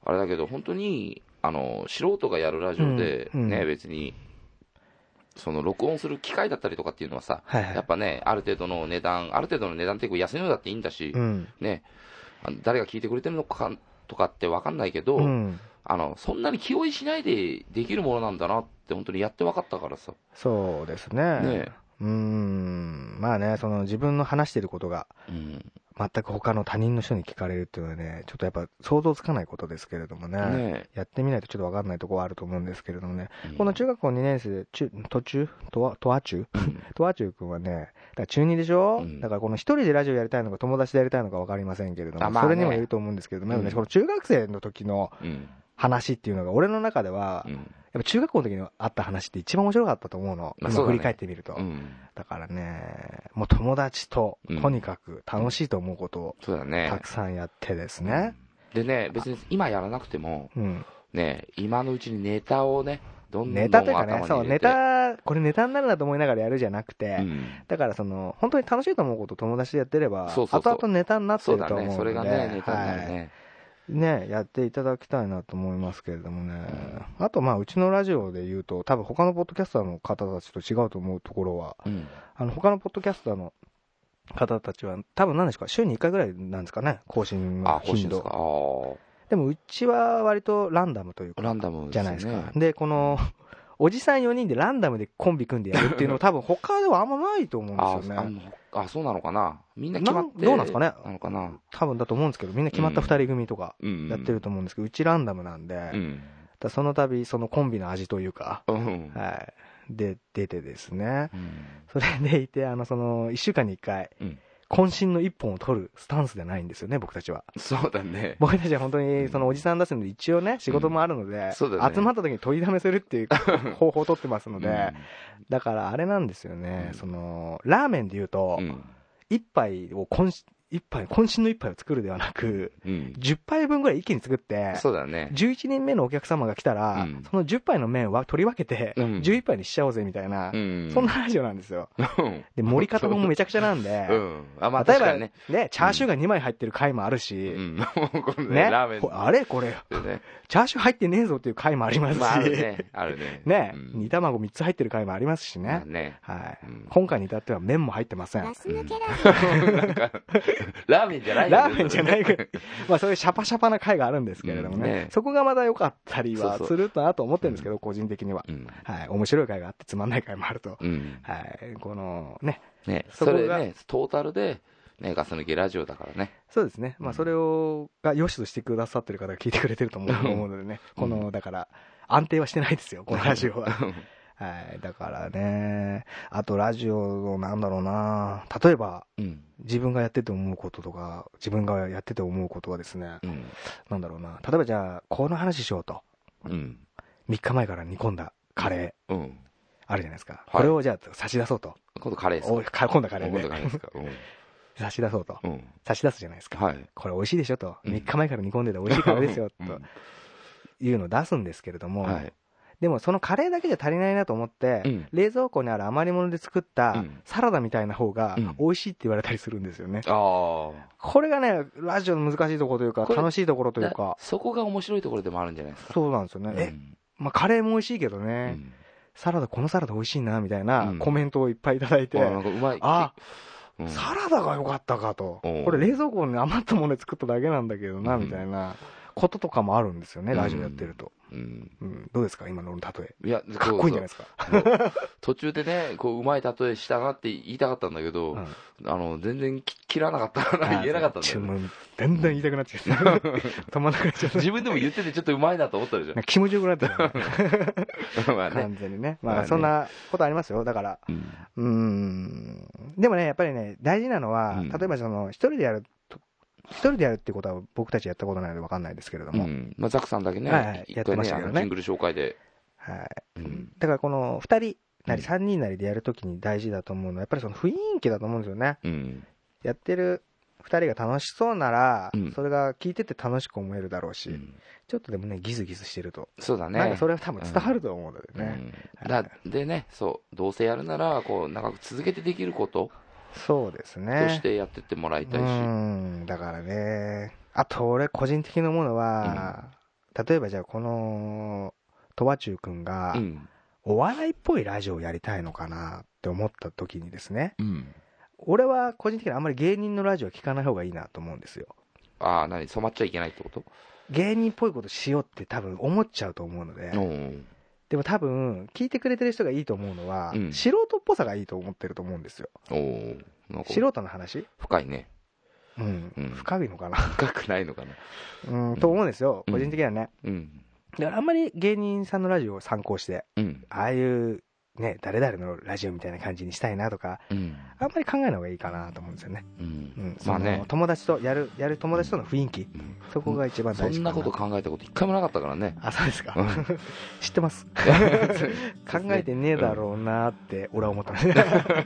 C: あれだけど、本当にあの素人がやるラジオで、
D: うんうん
C: ね別に、その録音する機械だったりとかっていうのはさ、
D: はいはい
C: やっぱね、ある程度の値段、ある程度の値段ってこう安いのだっていいんだし、
D: うん。
C: ね、あの誰が聞いてくれてるのかとかって分かんないけど、
D: うん。
C: あの、そんなに気負いしないでできるものなんだなって、本当にやって分かったからさ。
D: そうです
C: ね
D: ね。うーん。まあね、その自分の話してることが、
C: うん
D: 全く他の他人の人に聞かれるっていうのはね、ちょっとやっぱ想像つかないことですけれどもね。
C: ね
D: やってみないとちょっとわかんないところはあると思うんですけれどもね。
C: うん
D: この中学校2年生で、中、途中とわ、とわ中
C: うん
D: とわ中くんはね、だから中2でしょ、
C: うん
D: だからこの一人でラジオやりたいのか友達でやりたいのかわかりませんけれども、
C: あまあ
D: そ
C: ね
D: れにもよると思うんですけれども、
C: うん
D: ねこの中学生の時の
C: うん
D: 話っていうのが俺の中では、
C: う
D: やっ
C: ん
D: ぱ中学校の時のあった話って一番面白かったと思うの。
C: まあそ
D: 今
C: うだ
D: 振
C: ね
D: り返ってみると。
C: うん
D: だからね、もう友達と
C: うん
D: とにかく楽しいと思うことを
C: そうだね。
D: たくさんやってですね。
C: でね、別に今やらなくても、
D: うん。
C: ね、今のうちにネタをね、どんどん
D: ネタというかね、
C: 頭
D: そう、
C: に入れ
D: ネ
C: て
D: タ、これネタになるなと思いながらやるじゃなくて、
C: うん
D: だからその、本当に楽しいと思うことを友達でやってれば、
C: そうそうそう
D: 後々ネタになって
C: そう
D: る
C: だ
D: と思うの
C: ね、
D: で、
C: それがね、ネタになる
D: はい
C: ね。
D: ねやっていただきたいなと思いますけれどもね。あと、まあ、うちのラジオで言うと、多分他のポッドキャスターの方たちと違うと思うところは、
C: うん
D: あの、他のポッドキャスターの方たちは、多分何ですか、週に1回ぐらいなんですかね、更新
C: あ
D: の、
C: 欲しい
D: 頻
C: です
D: 度。
C: か。あ
D: でも、うちは割とランダムという
C: ー
D: か、
C: ランダム
D: じゃない
C: ね
D: ですか。で、この、おじさん4人でランダムでコンビ組んでやるっていうのは多分他ではあんまないと思うん
C: あ
D: ですよ
C: あ
D: ね。
C: のあ、そうなのかな。みんな決まっ
D: なん
C: て。
D: どうなんですかね
C: なのかな。
D: 多分だと思うんですけど、みんな決まった2人組とか
C: うん
D: やってると思うんですけど、うちランダムなんで、だ
C: う
D: か
C: ん。
D: らその度そのコンビの味というか、
C: うん。
D: はい。で、出てですね。
C: うん
D: それでいて、あの、その、1週間に1回
C: うん、
D: 渾身の1本を取るスタンスでないんですよね、僕たちは。
C: そうだね。
D: 僕たちは本当に、
C: ん
D: そのおじさん出すので、一応ね、仕事もあるので、集
C: そうだね
D: まった時に取りだめする っていう方法を取ってますの
C: う
D: で、だからあれなんですよね、
C: うん
D: そのラーメンで言うと
C: んう、ん
D: 一杯をこんし一杯、渾身の一杯を作るではなく、
C: うん。
D: 10杯分ぐらい一気に作って、
C: そうだね。
D: 11人目のお客様が来たら、
C: うん
D: その10杯の麺は取り分けて、
C: うん
D: 11杯にしちゃおうぜみたいな、
C: うん。
D: そんなラジオなんですよ。
C: うん。
D: で、盛り方もめちゃくちゃなんで、
C: うん。あ、 まあ、
D: 例
C: 確
D: え
C: か
D: ば
C: にね
D: ね。、チャーシューが2枚入ってる回もあるし、
C: うん。 もうこのね、
D: ね
C: ラーメン
D: こあれこれ、
C: ってね。
D: チャーシュー入ってねえぞっていう回もありますし、
C: まあ、ある
D: ね
C: ね。あるね。うん
D: 煮卵3つ入ってる回もありますし
C: まあ
D: ね。
C: ね。
D: はい
C: うん
D: 今回に至っては麺も入ってません。
E: ガ
D: ラ
E: ス抜けラジ
C: なんか、ラーメンじゃないよね
D: ーメンじゃないぐ らい、まあそういうシャパシャパな回があるんですけれどもね、
C: うんね
D: そこがまだ良かったり
C: そう
D: は
C: そう
D: するなと思ってるんですけど、個人的には。
C: うん。
D: はい、面白い回があって、つまんない回もあると。
C: うん。
D: はい、このね、
C: ね、そ
D: そこが
C: れね、トータルで、ね、ガス抜けラジオだからね。
D: そうですね、ま
C: う
D: あ、
C: ん
D: それをが良しとしてくださってる方が聞いてくれてると思う
C: うん
D: 思うのでね、
C: うん
D: このだから、安定はしてないですよ、このラジオは。はい、だからね、あとラジオのなんだろうな、例えば
C: うん。
D: 自分がやってて思うこととか、自分がやってて思うことはですね、
C: うん。
D: なんだろうな、例えばじゃあ、この話しようと、
C: うん。
D: 3日前から煮込んだカレー。
C: うん。
D: あるじゃないですか、
C: い
D: これをじゃあ差し出そうと、
C: 今度カレーですか
D: おいか今度カレー
C: 今度
D: で
C: カレーですか
D: 差し出そうと、
C: うん。うん。
D: 差し出すじゃないですか、
C: はい。
D: これ美味しいでしょと、
C: うん
D: 3日前から煮込んでて美味しいカレーですよ
C: うん
D: というのを出すんですけれども、
C: はい。
D: でもそのカレーだけじゃ足りないなと思って、
C: うん
D: 冷蔵庫にある余り物で作っ
C: う
D: た
C: ん
D: サラダみたいな方が
C: うん
D: 美味しいって言われたりするんですよね、
C: ああ。
D: これがねラジオの難しいところというか
C: これ
D: 楽しいところというか
C: そこが面白いところでもあるんじゃないですか。
D: そうなんですよね、え、まあ、カレーも美味しいけど
C: う
D: ね、
C: ん。
D: サラダこのサラダ美味しいなみたいうなんコメントをいっぱいいただいて、
C: あなんかうまい。
D: あ
C: うん
D: サラダが良かったかと、
C: うん
D: これ冷蔵庫に余ったもので作っただけなんだけどな、
C: うん
D: みたいなこととかもあるんですよね、
C: うん
D: ラジオやってると。
C: うん。
D: うん、どうですか、今の俺の例
C: いや、
D: え。かっこいいんじゃないですか。
C: そうそうそう途中でね、こう、うまい例えしたなって言いたかったんだけど、あの、全然き切らなかったから言えなかったんだ
D: 注
C: よね。
D: 文、だんだん言いたくな っちゃう。止まんなくなっちゃう。
C: 自分でも言っててちょっとうまいなと思ったでし
D: なんか気持ちよくなっち ゃうね、
C: ょ。まあね。
D: 完全にね。
C: まあ
D: まあ、
C: ね
D: そんなことありますよ。だから、
C: うん。
D: うーん。でもね、やっぱりね、大事なのは、
C: うん
D: 例えばその、一人でやると、一人でやるってことは僕たちやったことないので分かんないですけれど
C: う
D: も、
C: ん。まあ、ザクさんだけね、
D: はいはい
C: 一回
D: やってま
C: ね、
D: した
C: あ
D: けどね
C: の、ジングル紹介で。
D: はい。
C: うん。
D: だからこの2人なり
C: うん
D: 3人なりでやるときに大事だと思うのはやっぱりその雰囲気だと思うんですよね
C: うん。
D: やってる2人が楽しそうなら
C: うん
D: それが聞いてて楽しく思えるだろうし
C: うん
D: ちょっとでもねギスギスしてると
C: そうだね。
D: なんかそれは多分伝わると思うので
C: う
D: ね
C: んだでね、そう、どうせやるなら、こう、長く続けてできること
D: そうです
C: とし
D: ね
C: てやってってもらいうたいし。
D: んだからねあと俺個人的なものは例えばじゃあこのとわちゅうくんが
C: うん。
D: お笑いっぽいラジオをやりたいのかなって思った時にですね
C: うん。
D: 俺は個人的にあんまり芸人のラジオは聞かない方がいいなと思うんですよ
C: ああ、何染まっちゃいけないってこと
D: 芸人っぽいことしようって多分思っちゃうと思うので、
C: うん。
D: でも多分聞いてくれてる人がいいと思うのは、
C: うん
D: 素人っぽさがいいと思ってると思うんですよ
C: おーなんか
D: 素人の話
C: 深いね。
D: うん、
C: うん
D: 深いのかな
C: 深くないのかな。
D: うんと思うんですよ
C: うん
D: 個人的にはね、
C: うん。
D: だからあんまり芸人さんのラジオを参考して
C: うん。
D: ああいうね誰々のラジオみたいな感じにしたいなとか
C: うん。
D: あんまり考えない方がいいかなと思うんですよね、
C: う
D: うんん、
C: まあ
D: その
C: ね。
D: 友達とやるやる友達との雰囲気、
C: うん
D: そこが一番
C: そ
D: 大事
C: ん
D: かな
C: なこと考えたこと一回もなかったから ね。
D: あそうですか、
C: うん
D: 知ってます 考えてねえだろうなって俺 は思ったね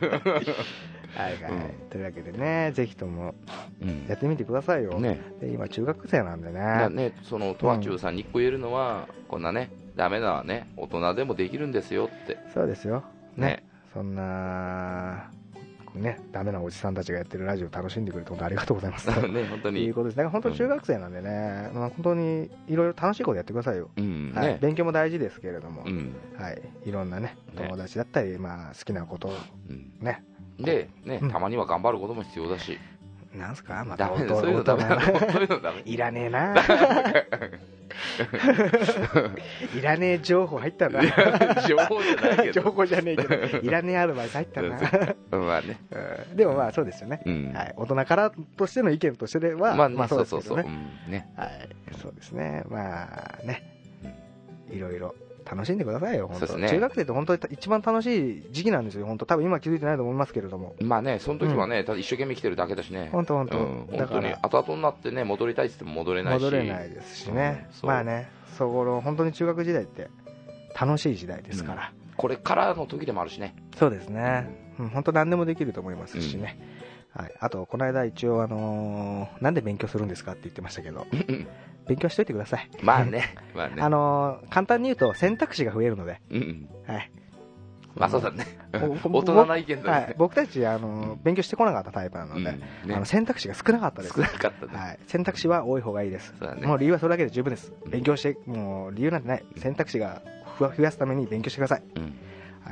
D: はいはい、
C: うん
D: というわけでねぜひとも
C: うん
D: やってみてくださいよ、
C: ね。
D: で今中学生なんでね
C: だね、その、とわちゅうさんに一個言えるのは、こんなね、ダメなね、大人でもできるんですよって。
D: そうですよね
C: ね
D: そんなねダメなおじさんたちがやってるラジオ楽しんでくれて本当ありがとうございます
C: ね、 本当
D: とい
C: に
D: う。ことですだから本当中学生なんでね、まあ、本当にいろいろ楽しいことやってくださいよ、
C: うん。
D: はい
C: ね。
D: 勉強も大事ですけれども、
C: うん。
D: はい、いろんなね友達だったり、まあ、好きなことを
C: うん
D: ね
C: で、ね
D: う、ん
C: たまには頑張ることも必要だし、
D: なんすかまた
C: ダメだ、
D: 音
C: そういうのダメだ、
D: 音が
C: そういうのダメ。
D: いらねえないらねえ情報入ったな
C: 情報じゃないけ
D: 情
C: ど、
D: 報じゃねえけどいらねえアドバイス入ったな
C: まあね、
D: うんでもまあそうですよね、
C: うん
D: はい、大人からとしての意見としてでは、
C: まあ
D: ま
C: ね
D: あ、
C: そ
D: そう
C: う
D: です
C: そう
D: け
C: そ
D: ど
C: う、
D: ね
C: うんね、
D: はい、そうですねまあねいろいろ楽しんでくださいよ本
C: そ
D: 当、
C: うですね
D: 中学生って本当に一番楽しい時期なんですよ本当多分今気づいてないと思いますけれども
C: まあね、その時はね、ただ一生懸命生きてるだけだしね、
D: 本当本当、
C: うん本
D: だか
C: 当に
D: ら
C: 後々になってね、戻りたいって言っても戻れないし、
D: 戻れないですしね、
C: うんそう
D: まあねそこの本当に中学時代って楽しい時代ですから、
C: これからの時でもあるしね、
D: そうですね、うん、本当何でもできると思いますしね、はい、あと、この間一応、あのーなんで勉強するんですかって言ってましたけど、
C: うん
D: 勉強しといてください。
C: まあね、まあね。
D: あのー簡単に言うと選択肢が増えるので、
C: うんうん。
D: はい。
C: まあそうだね。
D: おお
C: 大人な意見
D: は
C: だ
D: い
C: ね。、
D: 僕たち、あのー
C: うん
D: 勉強してこなかったタイプなの
C: うん
D: で、
C: ね
D: あの選択肢が少なかったです。
C: 少なかったね。
D: はい、選択肢は多い方がいいです。
C: そうだね
D: もう。理由はそれだけで十分です。
C: うん
D: 勉強して、もう理由なんてない。選択肢がふわ増やすために勉強してください。
C: うん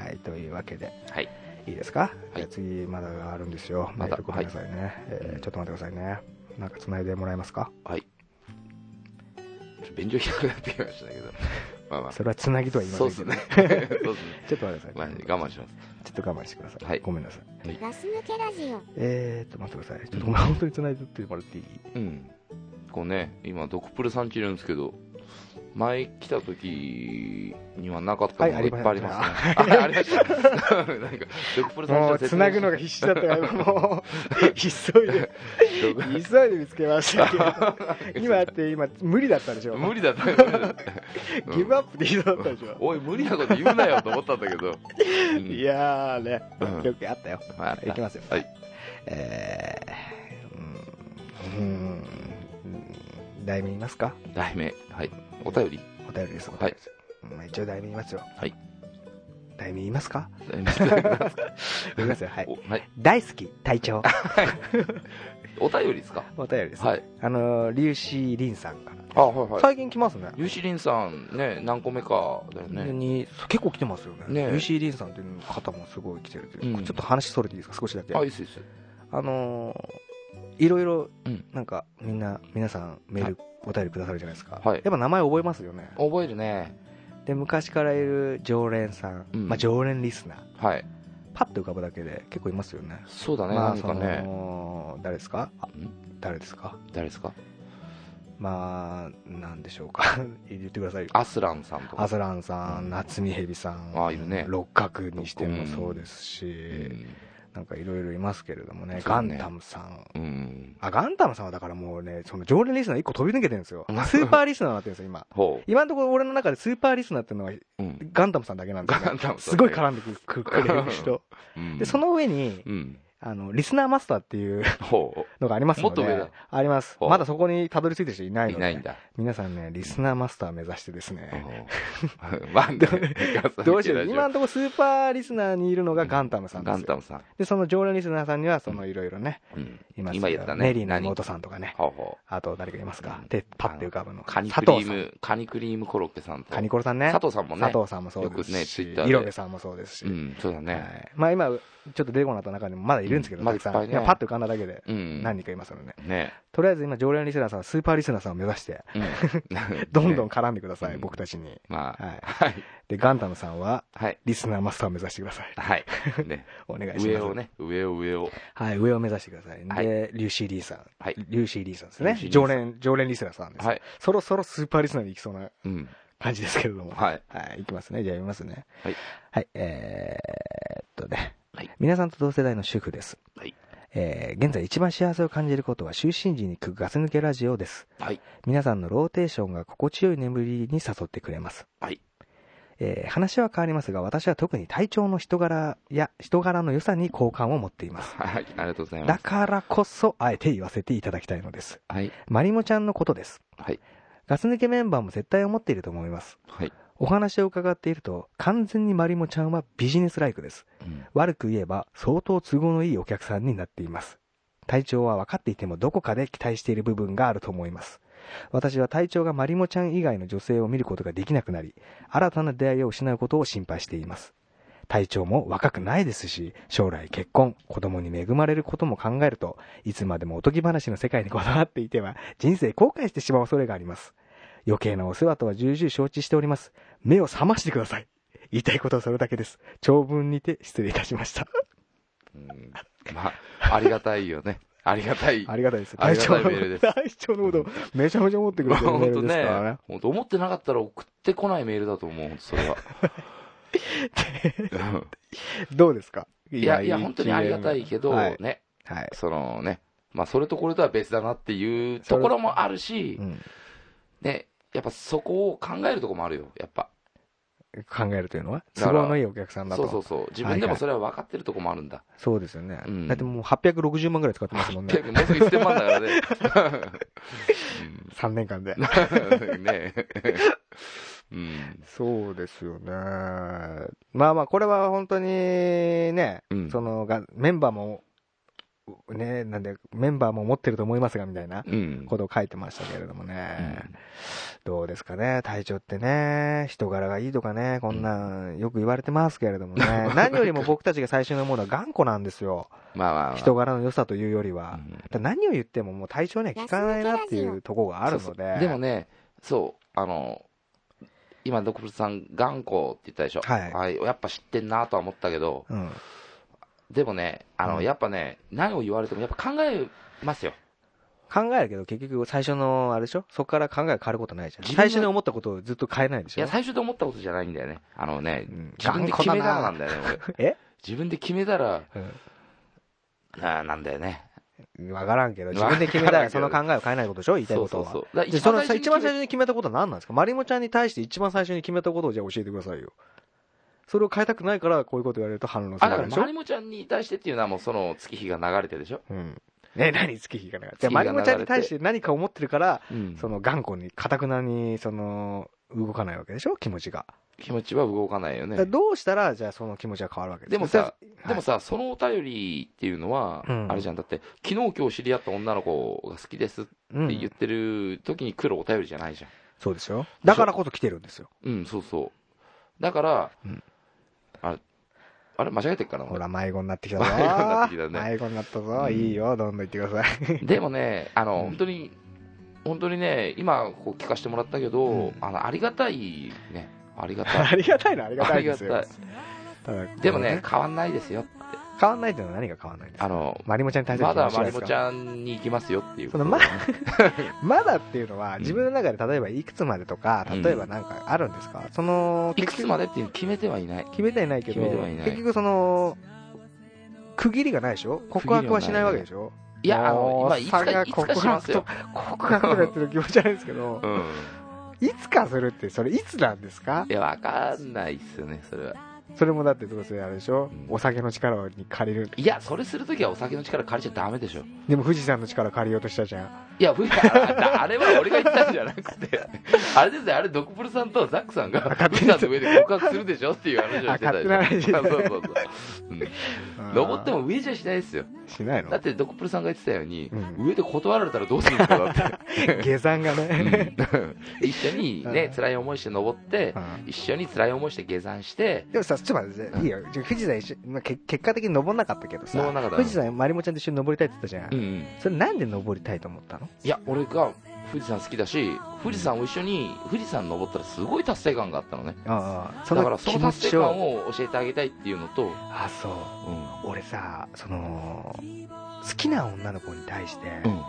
D: はい、というわけで、
C: はい。
D: いいですか、
C: はい
D: じゃあ次まだあるんですよ。
C: まだ
D: メールごめんなさいね、えーちょっと待ってくださいね。なんか繋いでもらえますか
C: はい。ちょっと便乗したくなってきましたけど。まあまあ。
D: それは繋ぎとは言いま
C: そ
D: せ
C: うんっ
D: け
C: す
D: ど
C: ね。そうっすね。
D: ちょっと待ってく
C: ま
D: だ
C: あ
D: さい、
C: ね我慢します。
D: ちょっと我慢してください。
C: はい
D: ごめんなさい。
E: ガス抜けラジオ
D: えーっと、待ってください。ちょっとごめん、本当に繋いでってもらっていい
C: うん。こうね、今、ドクプルさんちいるんですけど、前来た時にはなかったものが
D: は
C: い
D: い
C: っぱいありますね。あ、ありました。 なんか、ドクプルさんち
D: も
C: は
D: う、
C: 絶対
D: 繋ぐのが必死だったから、もう、 急いで、
C: ドク
D: 急いで見つけましたけど、今だって、今、無理だったでしょ。
C: 無理だった。無理だったうん
D: ギブアップできそうだったでしょ。
C: おい、無理なこと言うなよと思ったんだけど。うん
D: い、やーね、
C: うん
D: よくあったよ。
C: まあ
D: いきますよ。
C: はい。
D: えー、うーん、うーん題名言いますか
C: 題名、はい。お便り
D: お便りです、お便りです。まあ一応題名言いますよ。
C: はい。
D: 題名言いま すか
C: 題名してください
D: 言いますよ、はい。
C: おはい。
D: 大好き、隊長。
C: お便りですか
D: お便りです。
C: はい。
D: あのー、リュウシーリンさんから。
C: あ、はいはい。
D: 最近来ますね。
C: ゆうしりんさん、ね、何個目かだよね。
D: に結構来てますよね。
C: ね
D: リュウシーリンさんっていう方もすごい来てるという
C: うん
D: ちょっと話それていいですか、少しだけ。
C: あ、いいっすいいっす。
D: あのーいろいろ
C: うん、
D: なんか、みんな、皆さん、メール、お便りくださるじゃないですか。
C: はい
D: やっぱ名前覚えますよね。
C: 覚えるね。
D: で、昔からいる常連さん、
C: うん
D: まあ、常連リスナー、
C: はい。
D: パッと浮かぶだけで結構いますよね。
C: そうだね、
D: ま
C: な
D: あ、
C: ん
D: そ
C: かね。
D: の、誰ですかあ
C: ん
D: 誰ですか
C: 誰ですか
D: まあ、なんでしょうか。 言ってくださいよ。
C: アスランさんと
D: ア
C: か。
D: ズランさ、
C: うんん
D: 夏見ヘビさん、
C: あいるね
D: 六角にしてもそうです
C: う
D: し、
C: ん。
D: なんかいろいろいますけれどもね、
C: そ
D: ガ
C: うね
D: ンダムさん、
C: うん。
D: あ、ガンダムさんはだからもうね、その常連リスナー一個飛び抜けてるんですよ。スーパーリスナーになってるんですよ、今。
C: ほ
D: 今のところ俺の中でスーパーリスナーっていうのは
C: う。うん。
D: ガンダムさんだけなんです
C: ガ
D: よ
C: ン。ダム
D: すごい
C: ら
D: 絡んでくるくれる人。で、そ
C: の、
D: の上に、
C: うん。
D: あの、リスナーマスターっていう
C: ほう。
D: のがありますので。
C: もっと上だ
D: あります。
C: ほう
D: まだそこにたどり着いてる人いない
C: い
D: の
C: な
D: で。
C: いんだ。
D: 皆さんね、リスナーマスター目指してですね。
C: うん まあね、
D: どうしよう。今のところスーパーリスナーにいるのがガンダムさんで
C: ガ
D: す
C: ン
D: よ。
C: ダムさん。
D: で、その常連リスナーさんには、そのいろいろね、
C: うん
D: いますよ
C: 今言ったね。
D: メリーの
C: 何
D: 妹さんとかね。
C: ほうほう
D: あと誰がいますか
C: うん
D: で、パッて浮かぶの。
C: カニクリー
D: 佐藤さん
C: ム、カニクリームコロッケさんと。
D: カニコロさんね。
C: 佐藤さんもね。
D: 佐藤さんもそうですし、
C: よくねツイッターで
D: 色部さんもそうですし、
C: うん、そうだ
D: は
C: ね。
D: いまあ、今、ちょっと出てこなかった中にもまだいるんですけど、
C: うんまだ
D: たくさん
C: いっぱいね
D: やパッと浮かんだだけで
C: うん。
D: 何人かいますのでね、
C: ね。
D: とりあえず今、常連リスナーさん、スーパーリスナーさんを目指して、
C: うん
D: どんどん
C: ね
D: 絡んでください、
C: うん
D: 僕たちに。
C: まあ、
D: はい、
C: はい。
D: で、ガンダムさんは、
C: はい。
D: リスナーマスターを目指してください。
C: はい。ね。
D: お願いします。
C: 上をね、上を上を。
D: はい、上を目指してください。で、
C: はい
D: リュウシーリーさん。
C: はい
D: リュウシーリーさんですね
C: リュウシー。リーさ
D: 常
C: ん
D: 連、常連リスナーさんです。
C: はい。
D: そろそろスーパーリスナーに行きそうな
C: うん。
D: 感じですけれども。
C: はい。
D: はい、いきますね。じゃあ読みますね。
C: はい。
D: はい、えーっとね。
C: はい
D: 皆さんと同世代の主婦です。
C: はい。
D: えー現在一番幸せを感じることは就寝時に聞くガス抜けラジオです。
C: はい。
D: 皆さんのローテーションが心地よい眠りに誘ってくれます。
C: はい。
D: えー話は変わりますが、私は特に体調の人柄や人柄の良さに好感を持っています。
C: はい。ありがとうございま
D: だ
C: す。
D: からこそ、あえて言わせていただきたいのです。
C: はい。
D: マリモちゃんのことです。
C: はい。
D: ガス抜けメンバーも絶対思っていると思います。
C: はい。
D: お話を伺っていると、完全にマリモちゃんはビジネスライクです。
C: うん
D: 悪く言えば、相当都合のいいお客さんになっています。体調は分かっていてもどこかで期待している部分があると思います。私は体調がマリモちゃん以外の女性を見ることができなくなり、新たな出会いを失うことを心配しています。体調も若くないですし、将来結婚、子供に恵まれることも考えると、いつまでもおとぎ話の世界にこだわっていては、人生後悔してしまう恐れがあります。余計なお世話とは重々承知しております。目を覚ましてください。言いたいことはそれだけです。長文にて失礼いたしました。
C: うんまあ、ありがたいよね。 ありがたい。
D: ありがたいです。
C: あ
D: 体
C: りがた
D: 調
C: い
D: の
C: メールです
D: 体調のこと、めちゃめちゃ思ってくれてるメ
C: 本
D: ー
C: 当
D: ルですか
C: ね
D: らね。、
C: 本当思ってなかったら送ってこないメールだと思う、本当そ れは。
D: どうですか
C: いや、いや、本当にありがたいけど、
D: はい。
C: ね、
D: はい
C: そのね、まあ、それとこれとは別だなっていうところもあるし
D: う、ん
C: ね、やっぱそこを考えるところもあるよ、やっぱ。
D: 考えるというのは
C: だ
D: 都
C: から
D: 合のいいお客さんだと
C: そ
D: そう
C: うそうそう。自分でもそれは分かってるとこもあるんだ。
D: ですよね、
C: うん
D: だってもう860万ぐらい使ってますもん
C: で
D: ね
C: ももうすぐ1000万だからね。
D: 3年間で
C: うんねえ。うん。
D: そうですよねまあまあこれは本当にね、
C: うん
D: そのがメンバーもねなんでメンバーも持ってると思いますがみたいな
C: うん。
D: ことを書いてましたけれどもね、
C: うん
D: どうですかね、体調ってね、人柄がいいとかね、こんなんよく言われてますけれどもね、 何よりも僕たちが最初に思うのは頑固なんですよ、
C: まあまあまあ。
D: 人柄の良さというよりは。
C: うん
D: だから何を言ってももう体調には効かないなっていうところがあるので、
C: そうそうでもね、そう、あの、今、ドクブルさん、頑固って言ったでしょ。
D: はい
C: あやっぱ知ってんなとは思ったけど、
D: うん、
C: でもね、あの、
D: うん
C: やっぱね、何を言われても、やっぱ考えますよ。
D: 考えるけど、結局、最初のあれでしょ、そこから考えが変わることないじゃん、
C: 自分の
D: 最初に思ったことをずっと変えないでし
C: い
D: ょ
C: や、、最初で思ったことじゃないんだよね。あのね
D: う、ん
C: 自分で決めたらな
D: 頑固だなん
C: だよね、俺。
D: え
C: 自分で決めたら、
D: うん
C: ななんだよね。
D: 分からんけど、自分で決めたらその考えを変えないことでしょ、言いたい
C: そ
D: こ
C: うそ
D: とは。
C: うそう。だから
D: でそのさ一番最
C: 初に
D: 初に決めたことは何なんですかまりもちゃんに対して一番最初に決めたことをじゃあ教えてくださいよ。それを変えたくないからこういうこと言われると反論す
C: 決め
D: る
C: あ、だ
D: か
C: からら、
D: でしょ
C: まりもちゃんに対してっていうのは、もうその月日が流れてるでしょ。
D: うん。ね何月日が流れて。じゃあ
C: 月日が流れ
D: まり
C: て
D: もちゃんに対して何か思ってるから、
C: うん
D: その頑固に、かたくなに、その、動かないわけでしょ気持ちが。
C: 気持ちは動かないよ
D: だ
C: ね
D: から。どうしたら、じゃあその気持ちが変わるわけす
C: でもさ、でも
D: さ、
C: さ、そのお便りっていうのは、
D: うん
C: あれじゃん、だって、昨日今日知り合った女の子が好きですって
D: うん
C: 言ってる時に来るお便りじゃないじゃん。
D: そうですよ。だからこそ来てるんですよ。
C: うん、そうそう。だから、
D: うん
C: あれ、あれ間違えてるかな
D: ほ
C: 俺
D: ら、迷子になってきたぞ。
C: 迷子になってきたね
D: 迷子になったぞ。
C: うん
D: いいよ、どんどん言ってください。
C: でもね、あの、
D: うん
C: 本当に、本当にね、今、こう聞かせてもらったけど、
D: うん
C: あの、ありがたいね、ありがた
D: あ
C: い。
D: りがたいのはありがたいです
C: あ
D: よ
C: りが。
D: ただ
C: でもね、、変わんないですよって。
D: 変わんないっていうのは何が変わんないんです
C: あ
D: か
C: の、
D: まりもちゃんに対する
C: ま
D: 気持
C: だ
D: ちが
C: まり
D: です
C: も
D: か
C: ちゃんに行きますよっていう
D: そ
C: こと
D: の
C: だね。
D: ままだっていうのは
C: ん
D: 自分の中で例えばいくつまでとか
C: うん
D: 例えばなんかあるんですか、その
C: いくつまでっていうの決めてはいない。
D: 決めてはいないけど
C: 決めてはいない
D: 結局その区切りがないでしょ告白はしないわけでしょ
C: いや、あの、
D: もう
C: 今、いつか、
D: さんが
C: いつかしますよ。
D: 告白だってる気持ちなんですけど
C: うん。
D: いつかするってそれいつなんですか
C: いや、わかんないっすよね、それは。
D: それもだってどうせあれでしょ
C: うん
D: お酒の力に借りる
C: いや、それするときはお酒の力借りちゃダメでしょ。
D: でも富士山の力借りようとしたじゃん
C: いや、ふ あれは俺が言ったんじゃなくて、あれですよ、あれ、ドクプルさんとザックさんが、富士山の上で告白するでしょっていう話をしてたでしょ。
D: あ勝手な話
C: そうそうそう。うん登っても上じゃしないですよ。
D: しないの
C: だって、ドクプルさんが言ってたように、
D: うん
C: 上で断られたらどうするんですか、だって。
D: 下山がね、
C: うん 一緒にね、辛い思いして登って、
D: うん
C: 一緒に辛い思いして下山して、
D: でもさ、ちょっと待って、いいよ、じゃあ富士山一緒、まあ、け結果的に登んなかったけどさ、
C: 登んなかった
D: 富士山、まりもちゃんと一緒に登りたいって言ったじゃん。
C: うんうん
D: それなんで登りたいと思ったの
C: いや俺が富士山好きだし富士山を一緒に富士山登ったらすごい達成感があったのね
D: ああ、そ
C: だから
D: の
C: そ
D: 気
C: の
D: 持
C: 達成
D: ち
C: 感
D: を。
C: を教えてあげたいっていうのと、
D: あ、そう。
C: う
D: 俺さ、その、好きな女の子に対して、
C: んうん、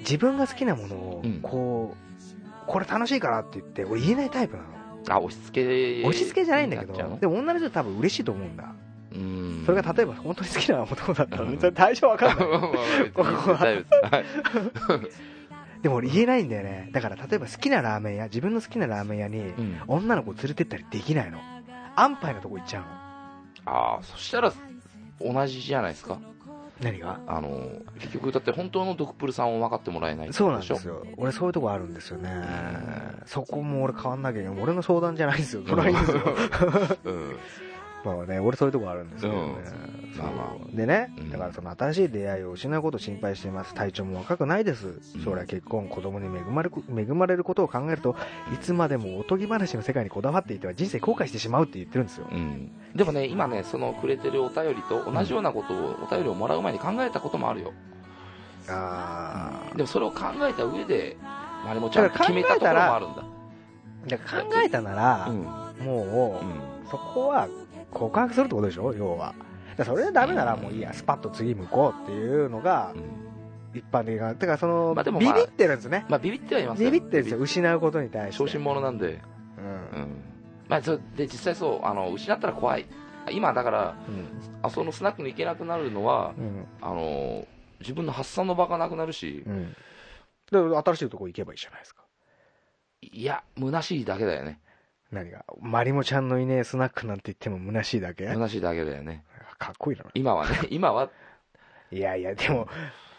D: 自分が好きなものを
C: うん、
D: こう、これ楽しいからって言って、俺言えないタイプなの。
C: あ押し付け
D: 押し付けじゃないんだけど、
C: にっちゃうの
D: でも女の人は多分嬉しいと思うんだ。
C: うん
D: それが例えば本当に好きな男だったら、
C: うん
D: それ対象わか んない。
C: ここは大丈夫です
D: でも俺言えないんだよね。だから例えば好きなラーメン屋、自分の好きなラーメン屋に、
C: はいうん
D: 女の子を連れてったりできないの安牌なとこ行っちゃうの
C: ああそしたら同じじゃないですか
D: 何が
C: あの結局だって本当のドクプルさんを分かってもらえないって
D: そ
C: こ
D: う
C: と
D: なんですよ俺そういうとこあるんですよねそこも俺変わんなきゃいけない俺の相談じゃないんですよそれはいいんですよ
C: うん
D: まあね俺そういうとこあるんですけどね
C: ん
D: そう
C: まあま
D: でね
C: うん
D: だからその新しい出会いを失うことを心配しています体調も若くないです将来結婚子供に恵まれる恵まれることを考えるといつまでもおとぎ話の世界にこだわっていては人生後悔してしまうって言ってるんですよ
C: うん、でもね、今ね、そのくれてるお便りと同じようなことを、お便りをもらう前に考えたこともあるよ、
D: あ
C: でもそれを考えた上で、まりもちゃんと
D: だか
C: 決
D: ら
C: め
D: 考
C: た
D: え
C: とこ
D: た
C: ろ
D: ら
C: もあるんだ、
D: あだから考えたなら
C: うん
D: もうそこは告白するってことでしょ要はだからそれでダメならもういいやスパッと次向こうっていうのが
C: うん
D: 一般的なだからその、
C: まあでも
D: ビ
C: ま
D: ビ
C: あ
D: ってるんですね
C: まあ、ビビってはいます
D: ビビってるんですよ
C: ビビ
D: 失うことに対して
C: 小心者なんで、
D: う
C: うんんまあ、そで実際そうあの、失ったら怖い、今、だからあ、そのスナックに行けなくなるのは
D: う、ん
C: あの自分の発散の場がなくなるし
D: う、んだから新しいとこ行けばいいじゃないですか
C: いや、虚しいだけだよね、
D: 何がマリモちゃんのいねえスナックなんて言っても虚しいだけ
C: 虚しいだけだよね。
D: かっこいいな。
C: 今はね、今は、
D: いやいや、でも、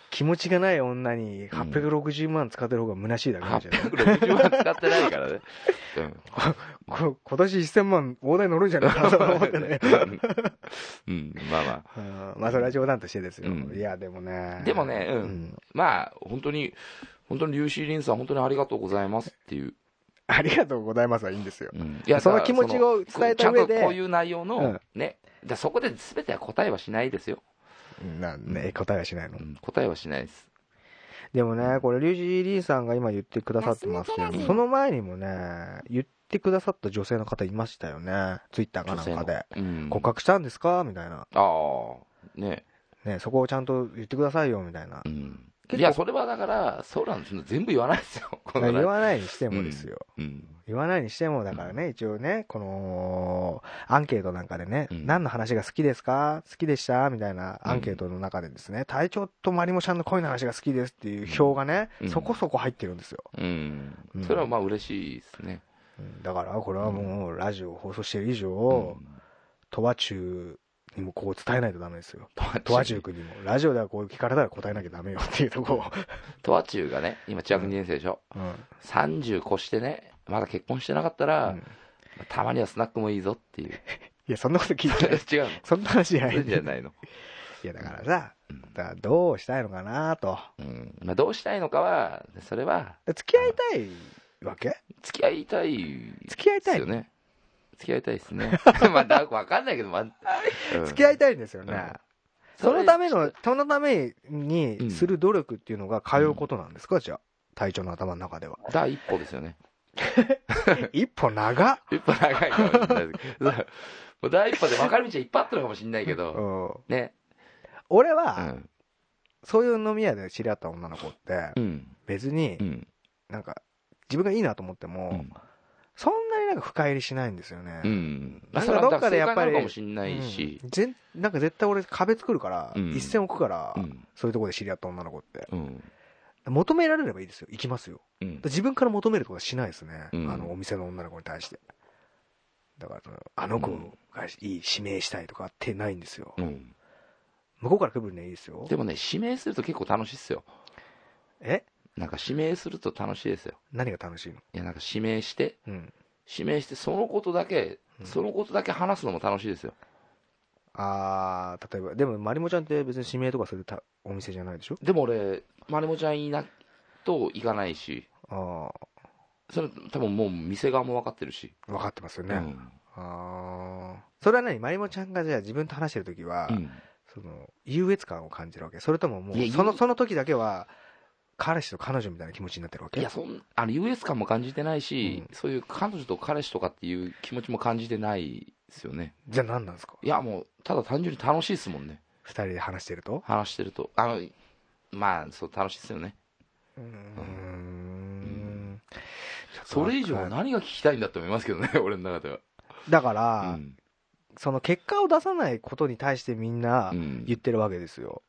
D: 気持ちがない女に860万使ってる方が虚しいだけなんじゃない、
C: 860万使ってないからね。うん
D: こ今年1000万大台乗るんじゃないか なと思ってね。
C: うん、まあま
D: うんまあそれは冗談としてですよ。
C: うん
D: いや、でもね
C: あ。。でもね、う。
D: うんん。
C: まあ、本当に、本当に、リューシー・リンさん、本当にありがとうございますっていう。
D: ありがとうございますはいいんですよ。
C: うんい
D: その気持ちを伝えた上
C: ち
D: で
C: ゃんとこういう内容の、
D: うん
C: ね。じゃあそこで全ては答えはしないですよ。
D: なんね、答えはしないの
C: う。ん、答えはしないです。
D: でもね、これ、リュウジーリーさんが今言ってくださってますけど、その前にもね、言ってくださった女性の方いましたよね。ツイッターかなんかで。
C: うん。
D: 告白したんですかみたいな。
C: ああ、ね。
D: ね、そこをちゃんと言ってくださいよ、みたいな
C: う。ん。
D: 結構
C: いや、それはだから、そうなんですよ。全部言わないです よ。この
D: 言
C: ね
D: わないにしてもですよ。
C: うん。
D: 言わないにしても、だからね、一応ね、この、アンケートなんかでね、
C: うん
D: 何の話が好きですか好きでしたみたいなアンケートの中でですね、隊長とマリモちゃんの恋の話が好きですっていう票がね、
C: うん
D: そこそこ入ってるんですよ。
C: うん
D: うん
C: それはまあ嬉しいですね。
D: うんだから、これはもう、ラジオを放送してる以上
C: う、ん
D: とわ中にもこう伝えないとダメですよ。と
C: と
D: わ
C: わ
D: 中
C: 中。
D: くにも、ラジオではこう聞かれたら答えなきゃダメよっていうとこを。
C: とわ中がね、今中学2年生でしょ。
D: うん
C: 30越してね、まだ結婚してなかった
D: う
C: ら
D: ん、
C: たまにはスナックもいいぞって いう。
D: いや、そんなこと聞い てな
C: 違
D: い。
C: うの
D: そんな話じ
C: そ
D: ゃな
C: ういうん
D: い。
C: じゃないの。
D: いや、だからさ、だからどうしたいのかなと。
C: うん。まあどうしたいのかは、それは、
D: で付き合いたいわけ
C: 付き合いたいで
D: 付き合いた
C: す
D: い
C: よ
D: の、
C: ね。付き合いたいですね。 まあ、なんかわかんないけど、まあ、うん
D: 付き合いたいんですよね。
C: うん
D: そのための、そのためにする努力っていうのが通うことなんですか、じゃあ。隊長の頭の中では。
C: 第一歩ですよね。
D: 一歩長っ。
C: 一歩長いかもしれないです けどそうもう第一歩で分かれ道はいっぱいあったのかもしれないけ
D: う
C: ど、
D: ん、
C: ね。
D: 俺
C: う
D: は、
C: ん。
D: そういう飲み屋で知り合った女の子って
C: う、ん。
D: 別に
C: う、ん。
D: なんか、自分がいいなと思って
C: う
D: も、
C: ん
D: そんなになんか深入りしないんですよね。
C: うん。
D: なんか
C: それは
D: どっかでやっぱ
C: 正解な
D: り
C: のかもしれないし
D: う。んぜんなんか絶対俺壁作るから、
C: うん
D: 一線置くから、
C: うん。
D: そういうところで知り合った女の子って。
C: うん。
D: 求められればいいですよ。行きますよ。
C: うん
D: 自分から求めるとかしないですね、
C: うん
D: あのお店の女の子に対してだからそのあの子がいい指名したいとかってないんですよ、
C: うん。
D: 向こうから来る分にはいいですよ
C: でもね、指名すると結構楽しいっすよ。
D: え
C: なんか指名すると楽しいですよ。
D: 何が楽しいの
C: いや、なんか指名して、
D: うん
C: 指名して、そのことだけ、
D: うん
C: そのことだけ話すのも楽しいですよ。
D: あー例えばでもまりもちゃんって別に指名とかするたお店じゃないでしょ
C: でも俺、まりもちゃんいな、と行かないし、
D: あ
C: それ多分もう店側も分かってるし。
D: あ分かってますよ
C: う
D: ね、
C: ん。
D: ああそれは何まりもちゃんがじゃあ自分と話してる時は、
C: うん
D: その優越感を感じるわけそれともも
C: いうや
D: その
C: 優
D: その時だけは彼氏と彼女みたいな気持ちになってるわけ
C: いや、そんあの、US 感も感じてないし、
D: う
C: そういう彼女と彼氏とかっていう気持ちも感じてないですよね。
D: じゃあ何なんですか
C: いや、もう、ただ単純に楽しいですもんね。
D: 二人で話してると
C: 話してると。あの、まあ、そう、楽しいですよね。
D: うーん
C: ん
D: ちょっと
C: それ以上
D: わかん
C: 何が聞きたいんだって思いますけどね、 俺の中では。
D: だから、
C: うん。
D: その結果を出さないことに対してみんな
C: うん
D: 言ってるわけですよ、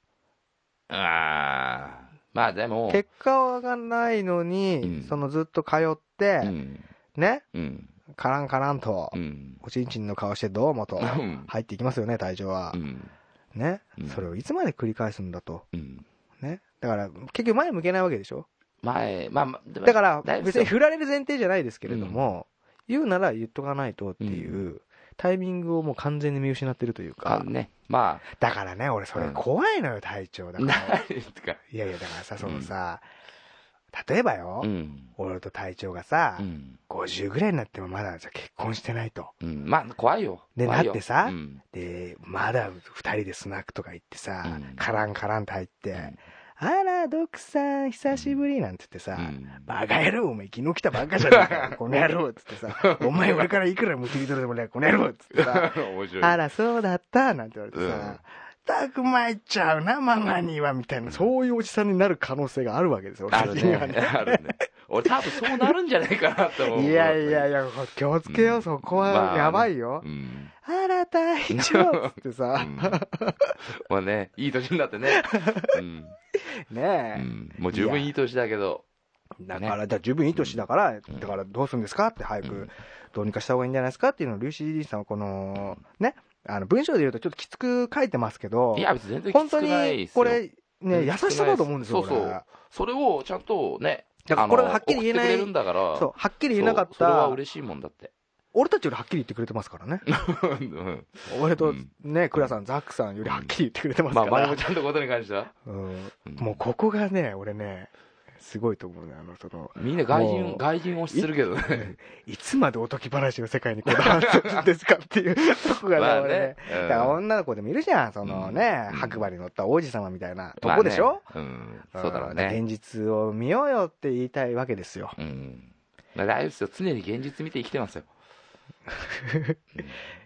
C: ああ。まあ、でも、
D: 結果がないのに、
C: うん
D: そのずっと通って、
C: うん。
D: ね
C: うん。
D: カランカランと、
C: うん。
D: おちんちんの顔してどうもと、
C: うん
D: 入っていきますよね隊長は
C: う、ん。
D: ね、
C: うん
D: それをいつまで繰り返すんだと
C: うん。
D: ねだから結局前向けないわけでしょ
C: 前、まあまあ、
D: だ
C: だ
D: から
C: だいぶ
D: 別に振られる前提じゃないですけれども、言うなら言っとかないとっていう、
C: う
D: タイミングをもう完全に見失ってるというか、
C: ね、ま
D: だからね、俺それ
C: うん
D: 怖いのよ、隊長。だ
C: あ、
D: か
C: な
D: ら。
C: いとか。
D: いやいや、だからさ、そのさ、例えばよ、
C: うん。
D: 俺と隊長がさ
C: う、ん。
D: 50ぐらいになってもまだじゃ結婚してないと。
C: うん。まあ、怖いよ。
D: で
C: 怖いよ
D: だってさ
C: うん。
D: で、まだ2人でスナックとか行ってさ、
C: うん
D: カランカランと入って、
C: うん
D: あら、ドクさん、久しぶりなんて言ってさ、
C: うん
D: バカ野郎、お前昨日来たばっかじゃねえか、この野郎っつって さ、お前俺からいくらむちり取れてもねえ、この野郎っつってさ、
C: 面白い。
D: あら、そうだった、なんて言われてさ、たくまいっちゃうな、ママには、みたいな、そういうおじさんになる可能性があるわけですよ、
C: あ
D: 俺
C: る
D: たちに
C: ね。
D: はね。
C: あるね。俺多分そうなるんじゃないかなと思う。
D: いやいやいや、気をつけよ
C: う
D: う、
C: ん
D: そこはやばいよ
C: う。ん。
D: あら、隊長っつって
C: う
D: さ、
C: ん。まあね、いい年になってね。うん。
D: ね
C: うんもう十分いい年だけど、
D: だから、だから十分いい年だから、だからどうするんですかって早
C: うん
D: くどうにかした方がいいんじゃないですかっていうのを、リュウシー・リーさんはこの、ね、あの文章で言うとちょっときつく書いてますけど、
C: いや、別に全然き
D: 本
C: つく
D: 当
C: ないで
D: に
C: すよ。
D: これ、ね、
C: うん
D: 優しさだと思うんですよ、
C: そうそう
D: これ
C: それをちゃんとね、
D: だから
C: あの
D: これはっきり言えな
C: 送
D: い
C: ってくれるんだから、
D: そう、はっきり言えなかっ
C: そうそれは
D: た、
C: 嬉しいもんだって。
D: 俺たちよりはっきり言ってくれてますか らね。
C: うん
D: 俺と
C: うん
D: ね、倉さん、ザックさんよりはっきり言ってくれてます
C: ま
D: か
C: あ、まり
D: ら
C: も。ちゃんとことに関しては。
D: うん
C: うん
D: もうここがね、俺ね、すごいと思うね、あの、その、
C: みんな外
D: も
C: 人、
D: う
C: 外人推しするけどね。
D: いつまでおとぎ話の世界にこだわってるんですかっていう とこがね、
C: まあ
D: 俺ね
C: ね。。
D: だから
C: うん
D: 女の子でもいるじゃん、そのね、
C: うん
D: 白馬に乗った王子様みたいなとこでしょ、
C: まあねうん。そうだろうん
D: から
C: ね。
D: 現実を見ようよって言いたいわけですよ。
C: うん。まあ大丈夫ですよ。常に現実見て生きてますよ。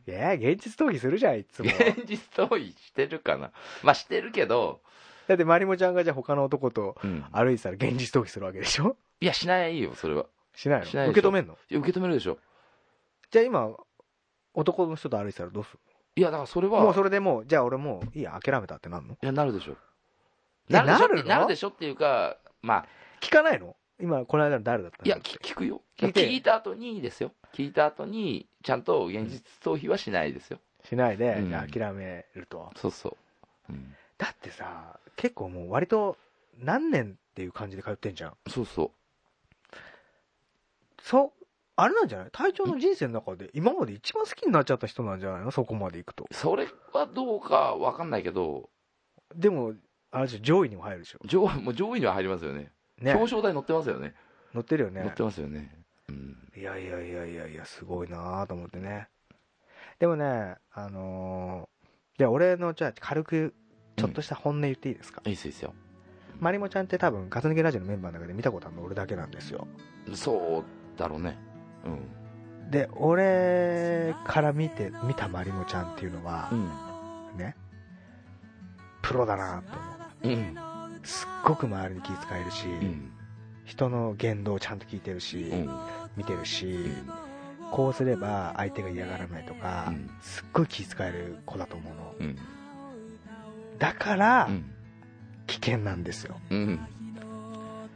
D: いや、現実逃避するじゃん、いつも。
C: 現実逃避してるかな。まあ、してるけど、
D: だって、まりもちゃんがじゃあ他の男と
C: うん
D: 歩いてたら現実逃避するわけでしょ
C: いや、しないよ、それは。
D: しないの
C: しないでしょ
D: 受け止めんの
C: いや受け止めるでしょ。
D: じゃあ今、男の人と歩いてたらどうする
C: いや、だからそれは、
D: もうそれでもう、じゃあ俺もう、いいや、諦めたってなんの
C: いや、なるでしょ。
D: えな
C: なるでしょ
D: るの
C: ってなるでしょっていうか、まあ、
D: 聞かないの今、この間の誰だったの
C: いや、き聞くよ。
D: 聞いて
C: 聞いた後にですよ。聞いた後に、ちゃんと現実逃避はしないですよ。
D: しないで、
C: うん
D: じゃあ諦めると。
C: そうそう。うん
D: だってさ、結構もう割と何年っていう感じで通ってんじゃん。
C: そうそ
D: そう、あれなんじゃない隊長の人生の中で今まで一番好きになっちゃった人なんじゃないのそこまで行くと。
C: う。それはどうかわかんないけど、
D: でも、あれでしょ上位にも入るでしょ。
C: 上 もう上位には入りますよね。
D: ね。
C: 表彰台乗ってますよね。
D: 乗ってるよ
C: 乗
D: ね
C: って。ますよね。うん。
D: いやいやいやいやいや、すごいなぁと思ってね。でもね、あのー、じゃあ俺の、じゃあ軽く、ちょっとした本音言っていいですか、
C: いいですよいいですよ。
D: まりもちゃんって多分、ガス抜けラジオのメンバーの中で見たことあるの俺だけなんですよ。
C: そうだろうね。うん。
D: で、俺から見て、見たまりもちゃんっていうのは
C: う、ん。
D: ね、プロだなと思
C: うん。
D: う。すっごく周りに気遣えるし、
C: うん。
D: 人の言動をちゃんと聞いてるし、
C: うん。
D: 見てるし、
C: うん
D: こうすれば相手が嫌がらないとか、
C: うん
D: すっごい気遣える子だと思うの。
C: うん。
D: だから、
C: うん。
D: 危険なんですよ。
C: うん。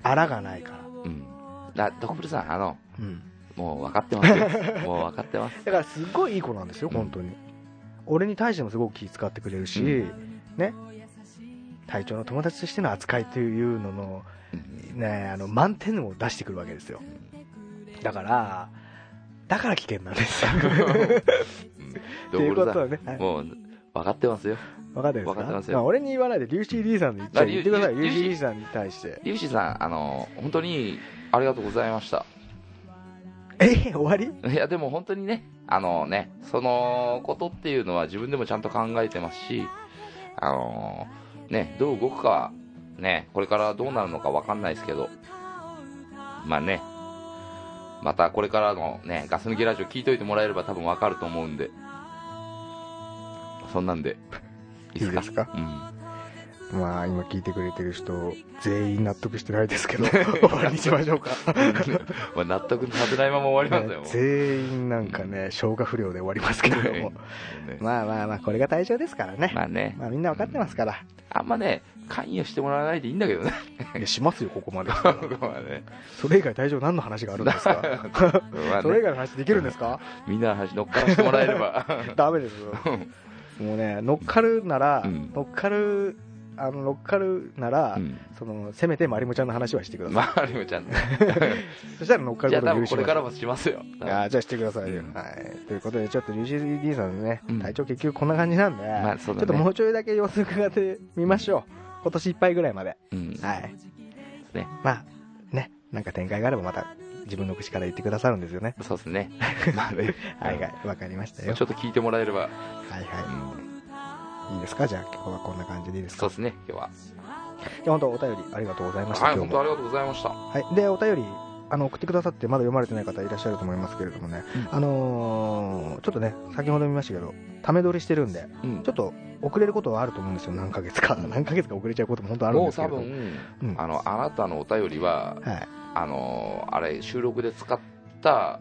D: あらがないから。
C: うん。だ、ドクプルさん、あの、
D: うん。
C: もう分かって ますよもう分かってます。
D: だからすっごいいい子なんですよ、
C: うん
D: 本当に。俺に対してもすごく気遣ってくれるし、
C: う
D: ね。隊長の友達としての扱いというのの、
C: う ん
D: ね、あの、満点を出してくるわけですよ。だから、だから危険なんですよ。
C: ド
D: とい
C: ク
D: う
C: プル
D: こ
C: さ
D: とは
C: ん、
D: ね、はい
C: もう分かってますよ。
D: 分かってるんです
C: わかって
D: か
C: ますよ
D: あ俺に言わないで、リュウシー・リーさんに言っちゃ
C: あ
D: 言ってください、
C: リ
D: リ
C: ュウ
D: ュウシー・
C: リュウシー
D: リーさんに対して。
C: リュウシーさん、あの、本当にありがとうございました。
D: え、終わり
C: いや、でも本当にね、あのね、そのことっていうのは自分でもちゃんと考えてますし、あのね、どう動くかは、ね、これからどうなるのか分かんないですけど、まあね、またこれからのね、ガス抜きラジオ聞いといてもらえれば多分分かると思うんで、そんなんで、いいですか
D: いいですか
C: うん。
D: まあ、今聞いてくれてる人、全員納得してないですけ ど、終わりにしましょうか。
C: まあ納得させないまま終わりますよ。
D: 全員なんかね、消化不良で終わりますけれども。
C: ね
D: まあまあまあ、これが対象ですからね。
C: まあね、
D: まあみんな分かってますから。
C: あんまね、関与してもらわないでいいんだけどね。
D: いや、しますよ、ここまで。
C: まあね
D: それ以外対象何の話があるんですか
C: まあ
D: それ以
C: ね、
D: 外の話できるんで すか
C: みんなの話乗っからしてもらえれ ば。
D: ダメです。もうね、乗っかるなら、
C: うん
D: 乗っかる、あの、乗っかるなら、
C: うん
D: その、せめてまりもちゃんの話はしてください。
C: まあ、りもちゃ んね。
D: そしたら乗っか
C: じゃ
D: る
C: あ
D: こと
C: 多分
D: を許し
C: こ
D: ま
C: れ
D: す
C: からもしますよ。
D: あーじゃあしてくださいよ、
C: うん
D: はい。ということで、ちょっと UCD さんのね、
C: うん
D: 体調結局こんな感じなんで、
C: まあそうだ
D: ちょっ
C: ね
D: ともうちょいだけ様子伺ってみましょう。今年いっぱいぐらいまで。
C: うん。
D: はい。
C: ね
D: まあ、ね、なんか展開があればまた自分の口から言ってくださるんですよね。
C: そうです ね。まあね。
D: はいはい、わかりました
C: ちょ
D: よ
C: っ。と聞いてもらえれば。
D: はい
C: うん
D: は、い。いいですかじゃあ今日はこんな感じでいいです
C: そ
D: か
C: うですね、今日は。
D: いや本当お便りありがとうございました。
C: はい、
D: 今
C: 本
D: 日も
C: 当ありがとうございました。
D: はい。で、お便り、あの、送ってくださってまだ読まれてない方いらっしゃると思いますけれどもね、あのーちょっとね、先ほど見ましたけど、ため撮りしてるんで、
C: うん
D: ちょっと遅れることはあると思うんですよ、何ヶ月か。何ヶ月か遅れちゃうことも本当あるん
C: も
D: で
C: う
D: すけれ
C: 多
D: ど。
C: 分、
D: うん
C: あの、あなたのお便りは、
D: はい。
C: あのーあれ収録で使った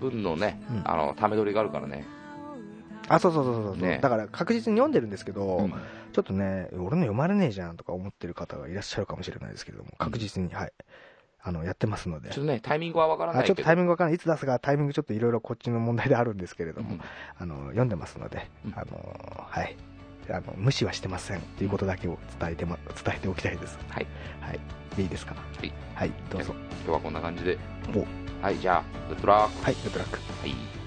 C: 分のね、
D: うん
C: あのため撮りがあるからね、
D: あ、そうそうそうそうそう、
C: ね
D: だから確実に読んでるんですけど、
C: うん
D: ちょっとね、俺の読まれねえじゃんとか思ってる方がいらっしゃるかもしれないですけれども、確実に、はい。あの、やってますので
C: ちょっ。とね、タイミングはわからな
D: あ
C: い
D: ち
C: け
D: ょっ
C: ど。
D: とタイミングわからない。いつ出すか、タイミングちょっといろいろこっちの問題であるんですけれども、
C: うん
D: あの、読んでますので
C: うん、
D: あの、はい。あの無視はしてませんということだけを伝えても伝えておきたいです。
C: はい。
D: はい。でいいですか
C: い
D: はい、どうぞ。
C: 今日はこんな感じで。
D: お
C: はい、じゃあ、グッドラック。
D: はい、グッドラック。
C: はい